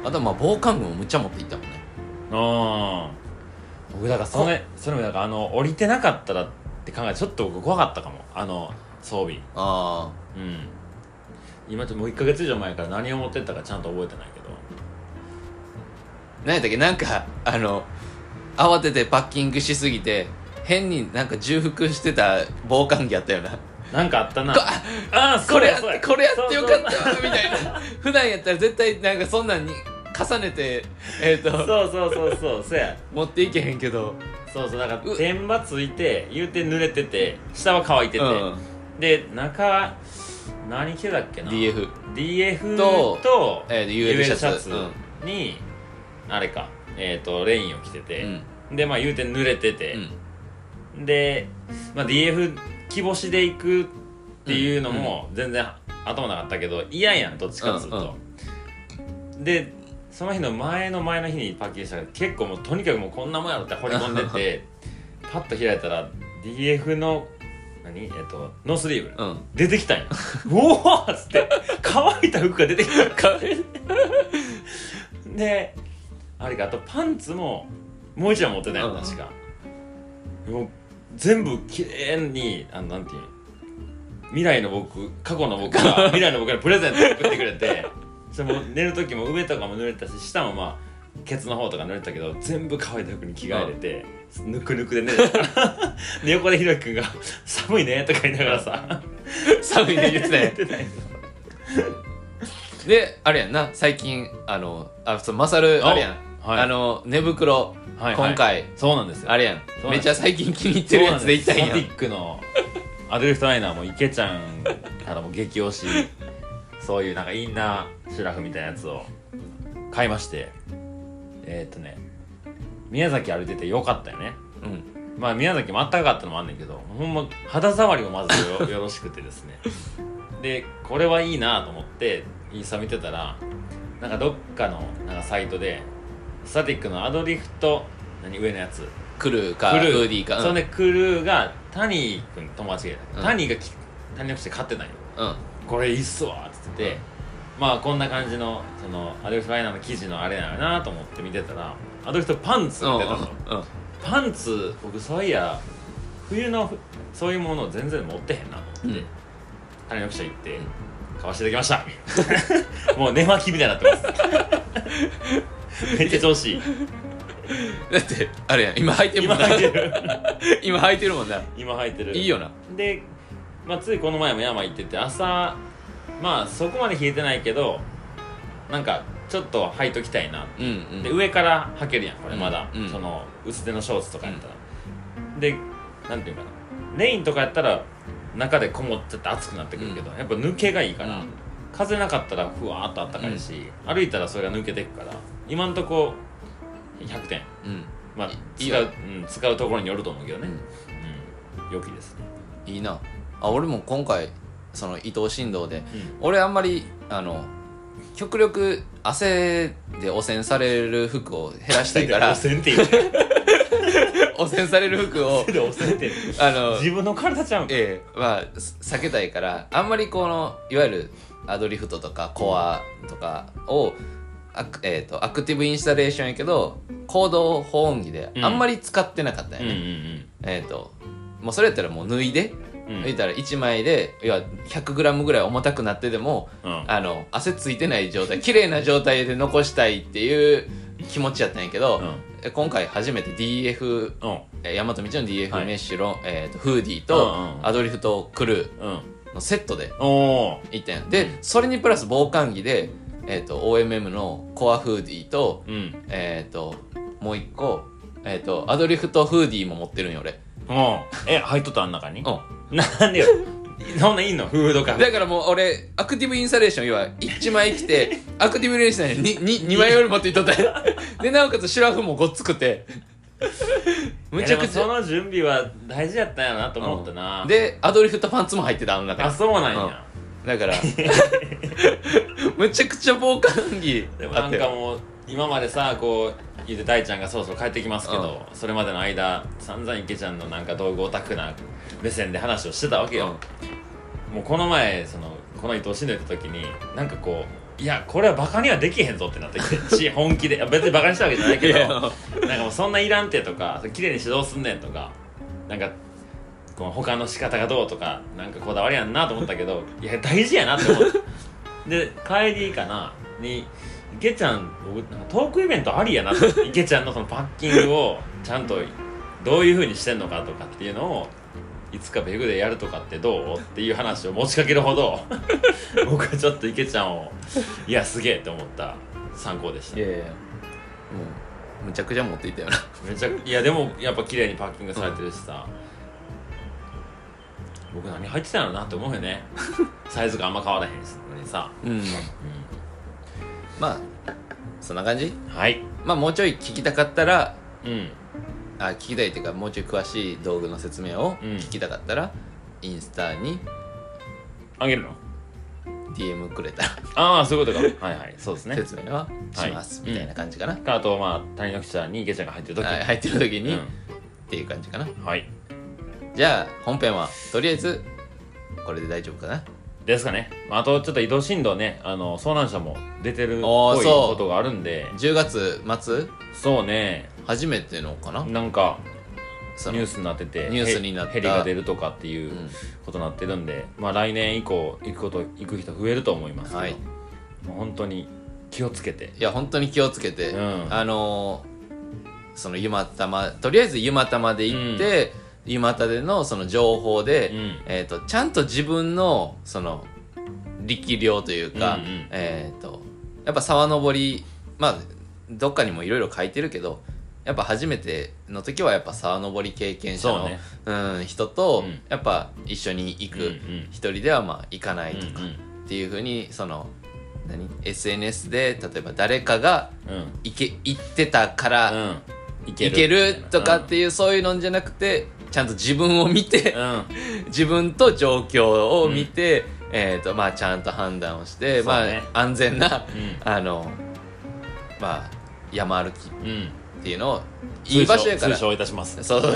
Speaker 1: あとまあ防寒具もむっちゃ持っていったもんね
Speaker 2: あー僕だからそれそれもだからあの降りてなかったらって考えてちょっと僕怖かったかもあの装備
Speaker 1: あ
Speaker 2: うん今ちょっともう1か月以上前から何を持ってったかちゃんと覚えてないけど
Speaker 1: あ何やったっけなんかあの慌ててパッキングしすぎて変になんか重複してた防寒着あったよな
Speaker 2: なんかあったなああ
Speaker 1: これや
Speaker 2: そうや
Speaker 1: これやってよかった
Speaker 2: そ
Speaker 1: わ
Speaker 2: う
Speaker 1: みたいな普段やったら絶対なんかそんなんに重ねてえっ、と
Speaker 2: そうそうそうそうそうそうや
Speaker 1: 持っていけへんけど
Speaker 2: そうそうだから
Speaker 1: う
Speaker 2: 天場ついて言うて濡れてて下は乾いて
Speaker 1: う
Speaker 2: て、
Speaker 1: ん、
Speaker 2: で中何着てたっけな
Speaker 1: DF、
Speaker 2: DF
Speaker 1: と
Speaker 2: と
Speaker 1: えー、
Speaker 2: UL
Speaker 1: UL シ
Speaker 2: シ
Speaker 1: ャ
Speaker 2: ャ
Speaker 1: ツ
Speaker 2: ツに、あれかえっ、とレインを着てて、
Speaker 1: うん
Speaker 2: でまあ言うて濡れてて
Speaker 1: う、ん
Speaker 2: で、まあ、DF 木干しで行くっていうのも全然頭なかったけど嫌やんどっちかっつうと、でその日の前の前の日にパッケージしたから結構もうとにかくもうこんなもんやろって掘り込んで てパッと開いたら DF の何えっとノースリーブ、
Speaker 1: うん、うん、
Speaker 2: 出てきたんやうおーっつって乾いた服が出てきたからであれかあとパンツももう一枚持ってたんや
Speaker 1: うん
Speaker 2: 確かもう全部きれいにあのなんていうん未来の僕過去の僕が未来の僕にプレゼントを送ってくれてそれもう寝る時も上とかも濡れたし下もまあケツの方とか濡れたけど全部乾いた服に着替えれて、ぬくぬくで寝てた で横でひろきくんが「寒いね」とか言いながらさ
Speaker 1: 寒いね言 ってた
Speaker 2: 出てない
Speaker 1: やんであれやんな最近あのあそうマサルあれやん、
Speaker 2: おはい
Speaker 1: あの寝袋、
Speaker 2: はいはい
Speaker 1: 今回
Speaker 2: そうなんですよ
Speaker 1: あれやん
Speaker 2: そうなん
Speaker 1: め
Speaker 2: です
Speaker 1: っちゃ最近気に入ってるやつでいったん
Speaker 2: そう
Speaker 1: や
Speaker 2: なんですマティックのアドリフトライナーも池ちゃんからも激推しそういうなんかインナーシュラフみたいなやつを買いましてえーっとね宮崎歩いててよかったよね
Speaker 1: うん
Speaker 2: まあ宮崎もあったかかったのもあんねんけどほんま肌触りもまず よよろしくてですねでこれはいいなと思ってインスタ見てたらなんかどっかのなんかサイトでスタティックのアドリフト何上のやつ
Speaker 1: クルーか
Speaker 2: クルー
Speaker 1: フーディーか
Speaker 2: それでクルーが谷君友達がいた
Speaker 1: うん
Speaker 2: 谷がき谷の口で買ってたんよ
Speaker 1: うん
Speaker 2: これいいっすわ」っつっててまあこんな感じのそのアドリフ・ファイナーの記事のあれなのなと思って見てたらアドリフとパンツ
Speaker 1: うん
Speaker 2: が
Speaker 1: うん
Speaker 2: 出た
Speaker 1: う
Speaker 2: の
Speaker 1: ん
Speaker 2: パンツ僕そういや冬のふそういうものを全然持ってへんなと思って、
Speaker 1: うん
Speaker 2: 谷の記者行って買わしていただきました もう寝巻きみたいになってますめっちゃ調子いい
Speaker 1: だってあれやん今履いてるも
Speaker 2: 今
Speaker 1: んな
Speaker 2: 履いてる
Speaker 1: 今履いてるもんな
Speaker 2: 今履いてる
Speaker 1: いいよな
Speaker 2: で、まあ、ついこの前も山行ってて朝まあそこまで冷えてないけどなんかちょっと履いときたいな
Speaker 1: うんうん
Speaker 2: で上から履けるやんこれまだ、
Speaker 1: うんうん
Speaker 2: その薄手のショーツとかやったら、でなんていうかなレインとかやったら中でこもっちゃって暑くなってくるけど、やっぱ抜けがいいから、
Speaker 1: うん
Speaker 2: 風なかったらふわーっとあったかいし、歩いたらそれが抜けてくから今んとこ100点
Speaker 1: うん
Speaker 2: まあ
Speaker 1: いい
Speaker 2: 使ううん、使うところによると思うけどね、うん良きですね、
Speaker 1: いいなあ俺も今回その伊藤振動で俺あんまりあの極力汗で汚染される服を減らしたいから
Speaker 2: 汚染って 言う
Speaker 1: 汚染される服 を
Speaker 2: 手で汚染って言う
Speaker 1: あの
Speaker 2: 自分の体ちゃうん
Speaker 1: ええまあす避けたいからあんまりこのいわゆるアドリフトとかコアとかをアク,、えー、とアクティブインスタレーションやけど行動保温着で
Speaker 2: うん
Speaker 1: あんまり使ってなかったよ
Speaker 2: う
Speaker 1: ね、
Speaker 2: んうん
Speaker 1: えっ、ともうそれやったらもう脱いで、
Speaker 2: うん
Speaker 1: 言ったら1枚で要は 100g ぐらい重たくなってでも
Speaker 2: うんうん
Speaker 1: あの汗ついてない状態綺麗な状態で残したいっていう気持ちやったんやけど、え今回初めて DF
Speaker 2: うん
Speaker 1: えー大和道の DF
Speaker 2: はい
Speaker 1: メッシュロン、えーとフーディー
Speaker 2: うんうんう
Speaker 1: と
Speaker 2: ん
Speaker 1: アドリフトクル
Speaker 2: うん
Speaker 1: ーのセットで
Speaker 2: おー
Speaker 1: 1点でそれにプラス防寒着で、えー、と OMM のコアフーディーと,、
Speaker 2: うん
Speaker 1: えー、ともう1個、えー、とアドリフトフーディーも持ってるんよ俺、
Speaker 2: うんえ入っとったあん中に
Speaker 1: うん、
Speaker 2: なんでよそんないいのフードカフェ
Speaker 1: だからもう俺アクティブインスタレーション要は1枚着てアクティブインスタレーションに 2, 枚より持っていっとったよでなおかつシュラフもごっつくてむちゃくち
Speaker 2: いや
Speaker 1: ゃ
Speaker 2: でもその準備は大事やったんやなと思ったな、
Speaker 1: でアドリフトパンツも入ってたあの中に
Speaker 2: あそうなんや、
Speaker 1: だ からむちゃくちゃ防寒着
Speaker 2: でも
Speaker 1: あ
Speaker 2: な
Speaker 1: っ
Speaker 2: ん
Speaker 1: た
Speaker 2: か
Speaker 1: よ
Speaker 2: もう今までさこう言うて大ちゃんがそろそろ帰ってきますけど、それまでの間散々池ちゃんのなんか道具オタクな目線で話をしてたわけよ、もうこの前そのこの伊藤死んでた時になんかこういやこれはバカにはできへんぞってなってき てし本気でいや別にバカにしたわけじゃないけ
Speaker 1: い
Speaker 2: ど
Speaker 1: や
Speaker 2: なんかもうそんないらんてとか綺麗に指導すんねんとかなんかこの他の仕方がどうとかなんかこだわりやんなと思ったけどいや大事やなって思ってで帰りかなに池ちゃん僕なんかトークイベントありやなって池ちゃんのそのパッキングをちゃんとどういうふうにしてんのかとかっていうのをいつかペグでやるとかってどうっていう話を持ちかけるほど僕はちょっと池ちゃんをいやすげえって思った参考でした
Speaker 1: いやいやもうむちゃくちゃ持っていったよな
Speaker 2: めちゃくいやでもやっぱ綺麗にパッキングされてるしさ、僕何入ってたのなって思うよ ねサイズがあんま変わらへんのにさ、
Speaker 1: うんまあそんな感じ
Speaker 2: はい
Speaker 1: まあもうちょい聞きたかったら
Speaker 2: うん
Speaker 1: あ聞きたいっていうかもうちょい詳しい道具の説明を
Speaker 2: うん
Speaker 1: 聞きたかったら、インスタに
Speaker 2: あげるの
Speaker 1: DM くれたら
Speaker 2: ああそういうこ とかはいはいそうですね
Speaker 1: 説明はします、
Speaker 2: はい
Speaker 1: みたいな感じかな、
Speaker 2: あとまあ谷の口さんに池ちゃんが入ってる時
Speaker 1: はい入ってる時に、
Speaker 2: う
Speaker 1: っていう感じかなん
Speaker 2: はい
Speaker 1: じゃあ本編はとりあえずこれで大丈夫かな
Speaker 2: ですかね、まあ、あとちょっと移動振動ねあの遭難者も出てるっ
Speaker 1: おー
Speaker 2: ぽい
Speaker 1: そう
Speaker 2: ことがあるんで
Speaker 1: 10月末
Speaker 2: そうね
Speaker 1: 初めてのかな
Speaker 2: なんか
Speaker 1: その
Speaker 2: ニュースになってて
Speaker 1: ニュースになった
Speaker 2: ヘリヘリが出るとかっていううんことになってるんで、まあ来年以降行くこと行く人増えると思いますけど、
Speaker 1: はい
Speaker 2: もう本当に気をつけて
Speaker 1: いや本当に気をつけて、
Speaker 2: うん
Speaker 1: あのーその湯またまとりあえず湯またまで行って、湯またでのその情報で、
Speaker 2: うん
Speaker 1: えー、とちゃんと自分のその力量というか、
Speaker 2: うんうん
Speaker 1: えー、とやっぱ沢登りまあどっかにもいろいろ書いてるけどやっぱ初めての時はやっぱ沢登り経験者
Speaker 2: そ
Speaker 1: の
Speaker 2: うね
Speaker 1: うん、人と
Speaker 2: うん
Speaker 1: やっぱ一緒に行く、
Speaker 2: うんうん
Speaker 1: 一人ではまあ行かないとか、
Speaker 2: う
Speaker 1: っていうふうにその何 SNS で例えば誰かが
Speaker 2: んうんうん
Speaker 1: 行け行ってたから、
Speaker 2: うんい
Speaker 1: 行けるとかっていう、そういうのじゃなくてちゃんと自分を見て
Speaker 2: う、ん、うん
Speaker 1: 自分と状況を見て、えーとまあ、ちゃんと判断をして、
Speaker 2: そう
Speaker 1: ま
Speaker 2: ね
Speaker 1: あ、安全な、あのまあ、山歩きっ
Speaker 2: うんうん
Speaker 1: ていうのをいい場所やから
Speaker 2: 通称いたします
Speaker 1: そうそう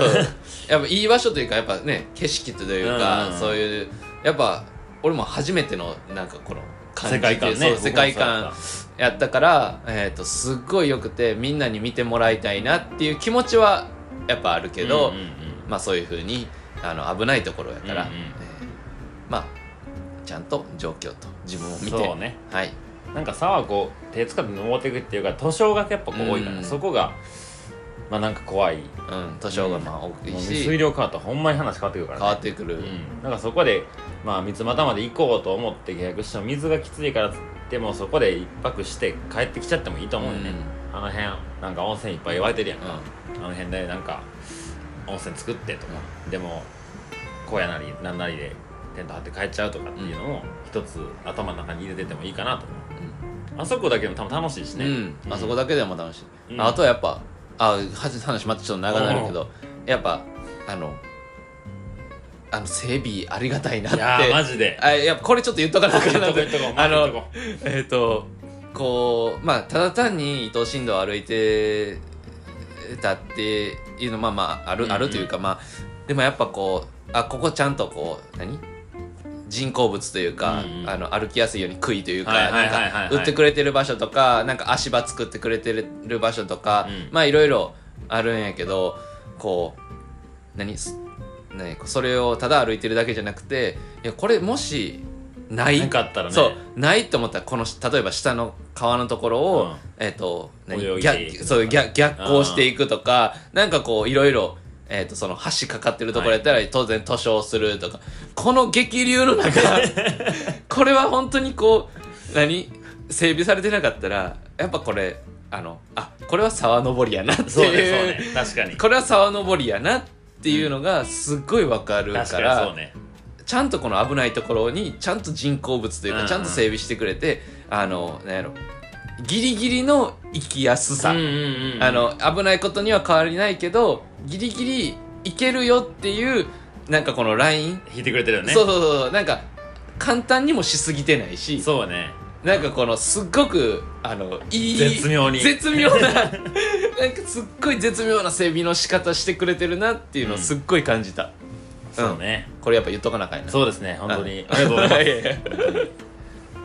Speaker 1: やっぱいい場所というかやっぱね景色というか、
Speaker 2: うん
Speaker 1: そういうやっぱ俺も初めてのなんかこの感じ
Speaker 2: 世界観ね
Speaker 1: そう
Speaker 2: 僕もそう
Speaker 1: 世界
Speaker 2: だ
Speaker 1: 観
Speaker 2: っ
Speaker 1: やったから、えー、とすっごい良くてみんなに見てもらいたいなっていう気持ちはやっぱあるけど、
Speaker 2: うんうんうん
Speaker 1: まあそういうふうにあの危ないところやから、
Speaker 2: うんうん
Speaker 1: えーまあちゃんと状況と自分を見て、
Speaker 2: そうね
Speaker 1: はい、
Speaker 2: なんか沢はこう手つかって登っていくっていうか図書がやっぱこう多いから、
Speaker 1: うん
Speaker 2: そこがまあなんか怖い
Speaker 1: うん、図書がまあ多い
Speaker 2: もう
Speaker 1: し、
Speaker 2: 水量変わったらほんまに話変わってくるから、
Speaker 1: 変
Speaker 2: ね、
Speaker 1: わってくる、
Speaker 2: うん、なんかそこでまあ三つ股まで行こうと思って契約しても水がきついからっつってもそこで一泊して帰ってきちゃってもいいと思うよね、あの辺なんか温泉いっぱい湧いてるやんか、あの辺でなんか温泉作ってとか、でも荒野なりなんなりでテント張って帰っちゃうとかっていうのも一つ頭の中に入れててもいいかなと思うあそこだけでも多分楽しいしね、
Speaker 1: うん、あそこだけでも楽しい、
Speaker 2: うん
Speaker 1: あとはやっぱあ話話またちょっと長なるけどやっぱあのあの整備ありがたいなっ
Speaker 2: い
Speaker 1: て
Speaker 2: やーマジで
Speaker 1: あやっぱこれちょっと言っとかなあかん
Speaker 2: 言っ
Speaker 1: な
Speaker 2: と
Speaker 1: っ
Speaker 2: こ言ってとこ
Speaker 1: あの
Speaker 2: 言っとこ
Speaker 1: えっ、とこうまあただ単に伊藤新道を歩いてたっていうのまあまあある、
Speaker 2: うんうん
Speaker 1: あるというかまあでもやっぱこうあここちゃんとこう何人工物というか、
Speaker 2: うんうん
Speaker 1: あの歩きやすいように杭というか
Speaker 2: はいは
Speaker 1: ないん
Speaker 2: はいはいは
Speaker 1: か
Speaker 2: い
Speaker 1: 売ってくれてる場所とかなんか足場作ってくれてる場所とか、
Speaker 2: うん
Speaker 1: まあいろいろあるんやけどこう何す何それをただ歩いてるだけじゃなくていやこれもしない
Speaker 2: なかったらね
Speaker 1: そうないと思ったらこの例えば下の川のところを、
Speaker 2: うん
Speaker 1: えっ、と何
Speaker 2: 泳いでい
Speaker 1: 逆
Speaker 2: くと
Speaker 1: そう逆逆行していくとかなんかこういろいろ。えっとその橋かかってるところやったら当然図書をするとか、この激流の 中これは本当にこう何整備されてなかったらやっぱこれあのあこれは沢登りやなっていう
Speaker 2: そうねそうね確かに
Speaker 1: これは沢登りやなっていうのがすっごいわかるから
Speaker 2: 確かにそうね
Speaker 1: ちゃんとこの危ないところにちゃんと人工物という
Speaker 2: うんう
Speaker 1: か
Speaker 2: ん
Speaker 1: ちゃんと整備してくれて、あのなんやろギリギリの行きやすさ、
Speaker 2: うんうんうん
Speaker 1: あの危ないことには変わりないけどギリギリ行けるよっていうなんかこのライン、
Speaker 2: 弾いてくれてるよね
Speaker 1: そうそうそうそうなんか簡単にもしすぎてないし
Speaker 2: そうね
Speaker 1: なんかこのすっごくあのいい
Speaker 2: 絶妙に
Speaker 1: 絶妙 ななんかすっごい絶妙な整備の仕方してくれてるなっていうのをすっごい感じた、
Speaker 2: そうね
Speaker 1: これやっぱ言っとかなあかんやな
Speaker 2: そうですね本当にありがとうござい
Speaker 1: い
Speaker 2: ます
Speaker 1: ます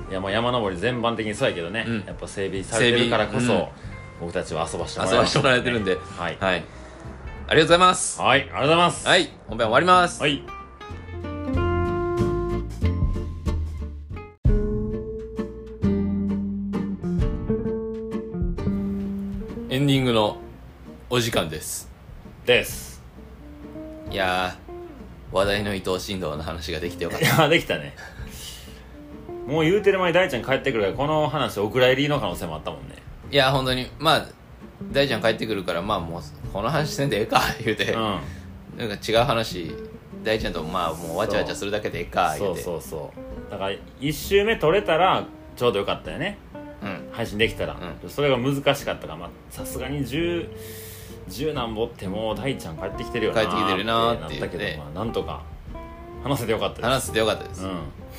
Speaker 2: いやもう山登り全般的にそうやけどね、
Speaker 1: うん
Speaker 2: やっぱ整備されてるからこ
Speaker 1: 整
Speaker 2: そ、
Speaker 1: 備うん
Speaker 2: 僕たちは遊ばしてもら
Speaker 1: 遊
Speaker 2: い
Speaker 1: ば
Speaker 2: ま
Speaker 1: し
Speaker 2: してた
Speaker 1: もらえてるんで、はい、
Speaker 2: はい、
Speaker 1: ありがとうございます。
Speaker 2: はい、ありがとうございます
Speaker 1: はい、本編終わります。
Speaker 2: はい
Speaker 1: エンディングのお時間です。
Speaker 2: です
Speaker 1: いやー、話題の伊藤新道の話ができてよかっ
Speaker 2: いやできたねもう言うてる前に大ちゃん帰ってくるからこの話お蔵入りの可能性もあったもんね
Speaker 1: た。いやー、本当に、まあ、大ちゃん帰ってくるから、まあもう、この話せんでええか、 言うて、
Speaker 2: うん
Speaker 1: なんか違う話、大ちゃんとまあもうわちゃわちゃするだけでええか、言
Speaker 2: そうう
Speaker 1: て。
Speaker 2: そうそうだから1周目取れたらちょうどよかったよね
Speaker 1: うん。
Speaker 2: 配信できたら、それが難しかったからまあさすがに10十何ぼってもう大ちゃん帰ってきてるよな
Speaker 1: 帰ってきてるなーって
Speaker 2: なったけど、
Speaker 1: ね
Speaker 2: まあ、なんとか話せてよかったです
Speaker 1: 話せてよかったです。
Speaker 2: うん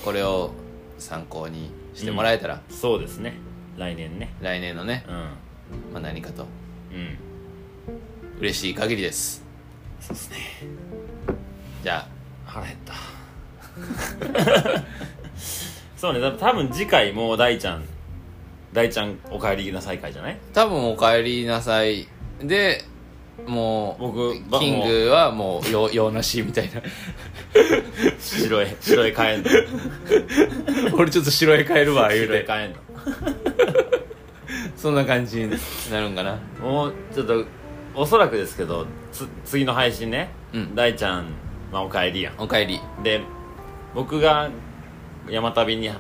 Speaker 1: これを参考にしてもらえたら、
Speaker 2: そうですね来年ね
Speaker 1: 来年のね、
Speaker 2: うん
Speaker 1: まあ何かと
Speaker 2: うん
Speaker 1: 嬉しい限りです。
Speaker 2: そうですね
Speaker 1: じゃあ、
Speaker 2: 腹減った そうねだ多分次回もう大ちゃん大ちゃんお帰りなさい会じゃない
Speaker 1: 多分お帰りなさいでもう
Speaker 2: 僕ば
Speaker 1: キングはもうよ用なしみたいな
Speaker 2: 白い白い帰ん の
Speaker 1: 俺ちょっと白へ帰るわ言う
Speaker 2: 白い
Speaker 1: て
Speaker 2: 帰んの
Speaker 1: そんな感じになるんかな
Speaker 2: もうちょっとおそらくですけどつ次の配信ね、
Speaker 1: うん
Speaker 2: 大ちゃん、まあ、お帰りや
Speaker 1: お帰り
Speaker 2: んで僕が山旅に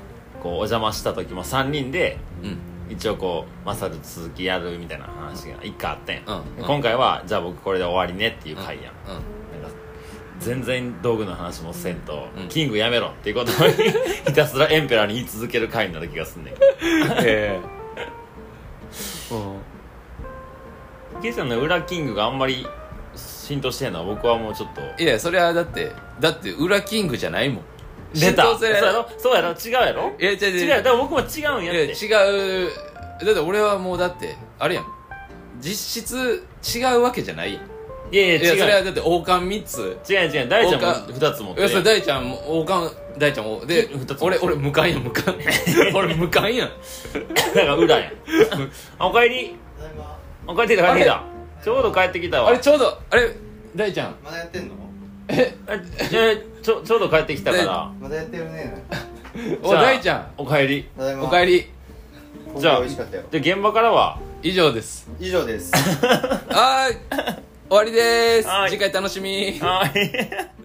Speaker 2: こうお邪魔した時も3人で
Speaker 1: うん
Speaker 2: 一応こうマサル続きやるみたいな話が一回あったやん、
Speaker 1: うん
Speaker 2: で今回はじゃあ僕これで終わりねっていう
Speaker 1: う
Speaker 2: 回やん,、
Speaker 1: ん
Speaker 2: なんか全然道具の話もせんと、
Speaker 1: うん
Speaker 2: キングやめろっていうことを ひたすらエンペラーに言い続ける回になる気がすんねんけど
Speaker 1: ええうん
Speaker 2: ケイさんの裏キングがあんまり浸透してんのは僕はもうちょっと
Speaker 1: いやそれはだってだって裏キングじゃないもん
Speaker 2: 出た
Speaker 1: 浸透
Speaker 2: そう
Speaker 1: 性
Speaker 2: やろそうやろ違うやろ
Speaker 1: いや違う
Speaker 2: 違う
Speaker 1: 違う
Speaker 2: だから僕も違うんやっ
Speaker 1: いや
Speaker 2: て
Speaker 1: 違うだって俺はもうだってあれやん実質違うわけじゃないやん
Speaker 2: いやい
Speaker 1: いやそれ
Speaker 2: や
Speaker 1: はだって王冠3つ
Speaker 2: 違う違う違う大ちゃん
Speaker 1: 僕は
Speaker 2: も2つ持って
Speaker 1: いやそれ
Speaker 2: る
Speaker 1: 大ちゃんも王冠大ちゃんもで
Speaker 2: 二つ
Speaker 1: 俺俺無冠やん無 冠俺無冠やん
Speaker 2: だから 裏やんあおかえり
Speaker 3: ただいま
Speaker 2: おかえりだ帰ってきたちょうど帰ってきたわ
Speaker 1: あれちょうどあれ大ちゃん
Speaker 3: まだやってんの
Speaker 2: ええちょちょうど帰ってきたから
Speaker 3: まだやってるね
Speaker 1: お大ちゃん
Speaker 2: おかえり
Speaker 3: ただいま
Speaker 1: おかえり
Speaker 3: 今
Speaker 2: じゃあ
Speaker 3: 回美味しかったよ
Speaker 2: で現場からは
Speaker 1: 以上です
Speaker 3: 以上です
Speaker 1: あー終わりです
Speaker 2: はい
Speaker 1: 次回楽しみ
Speaker 2: はい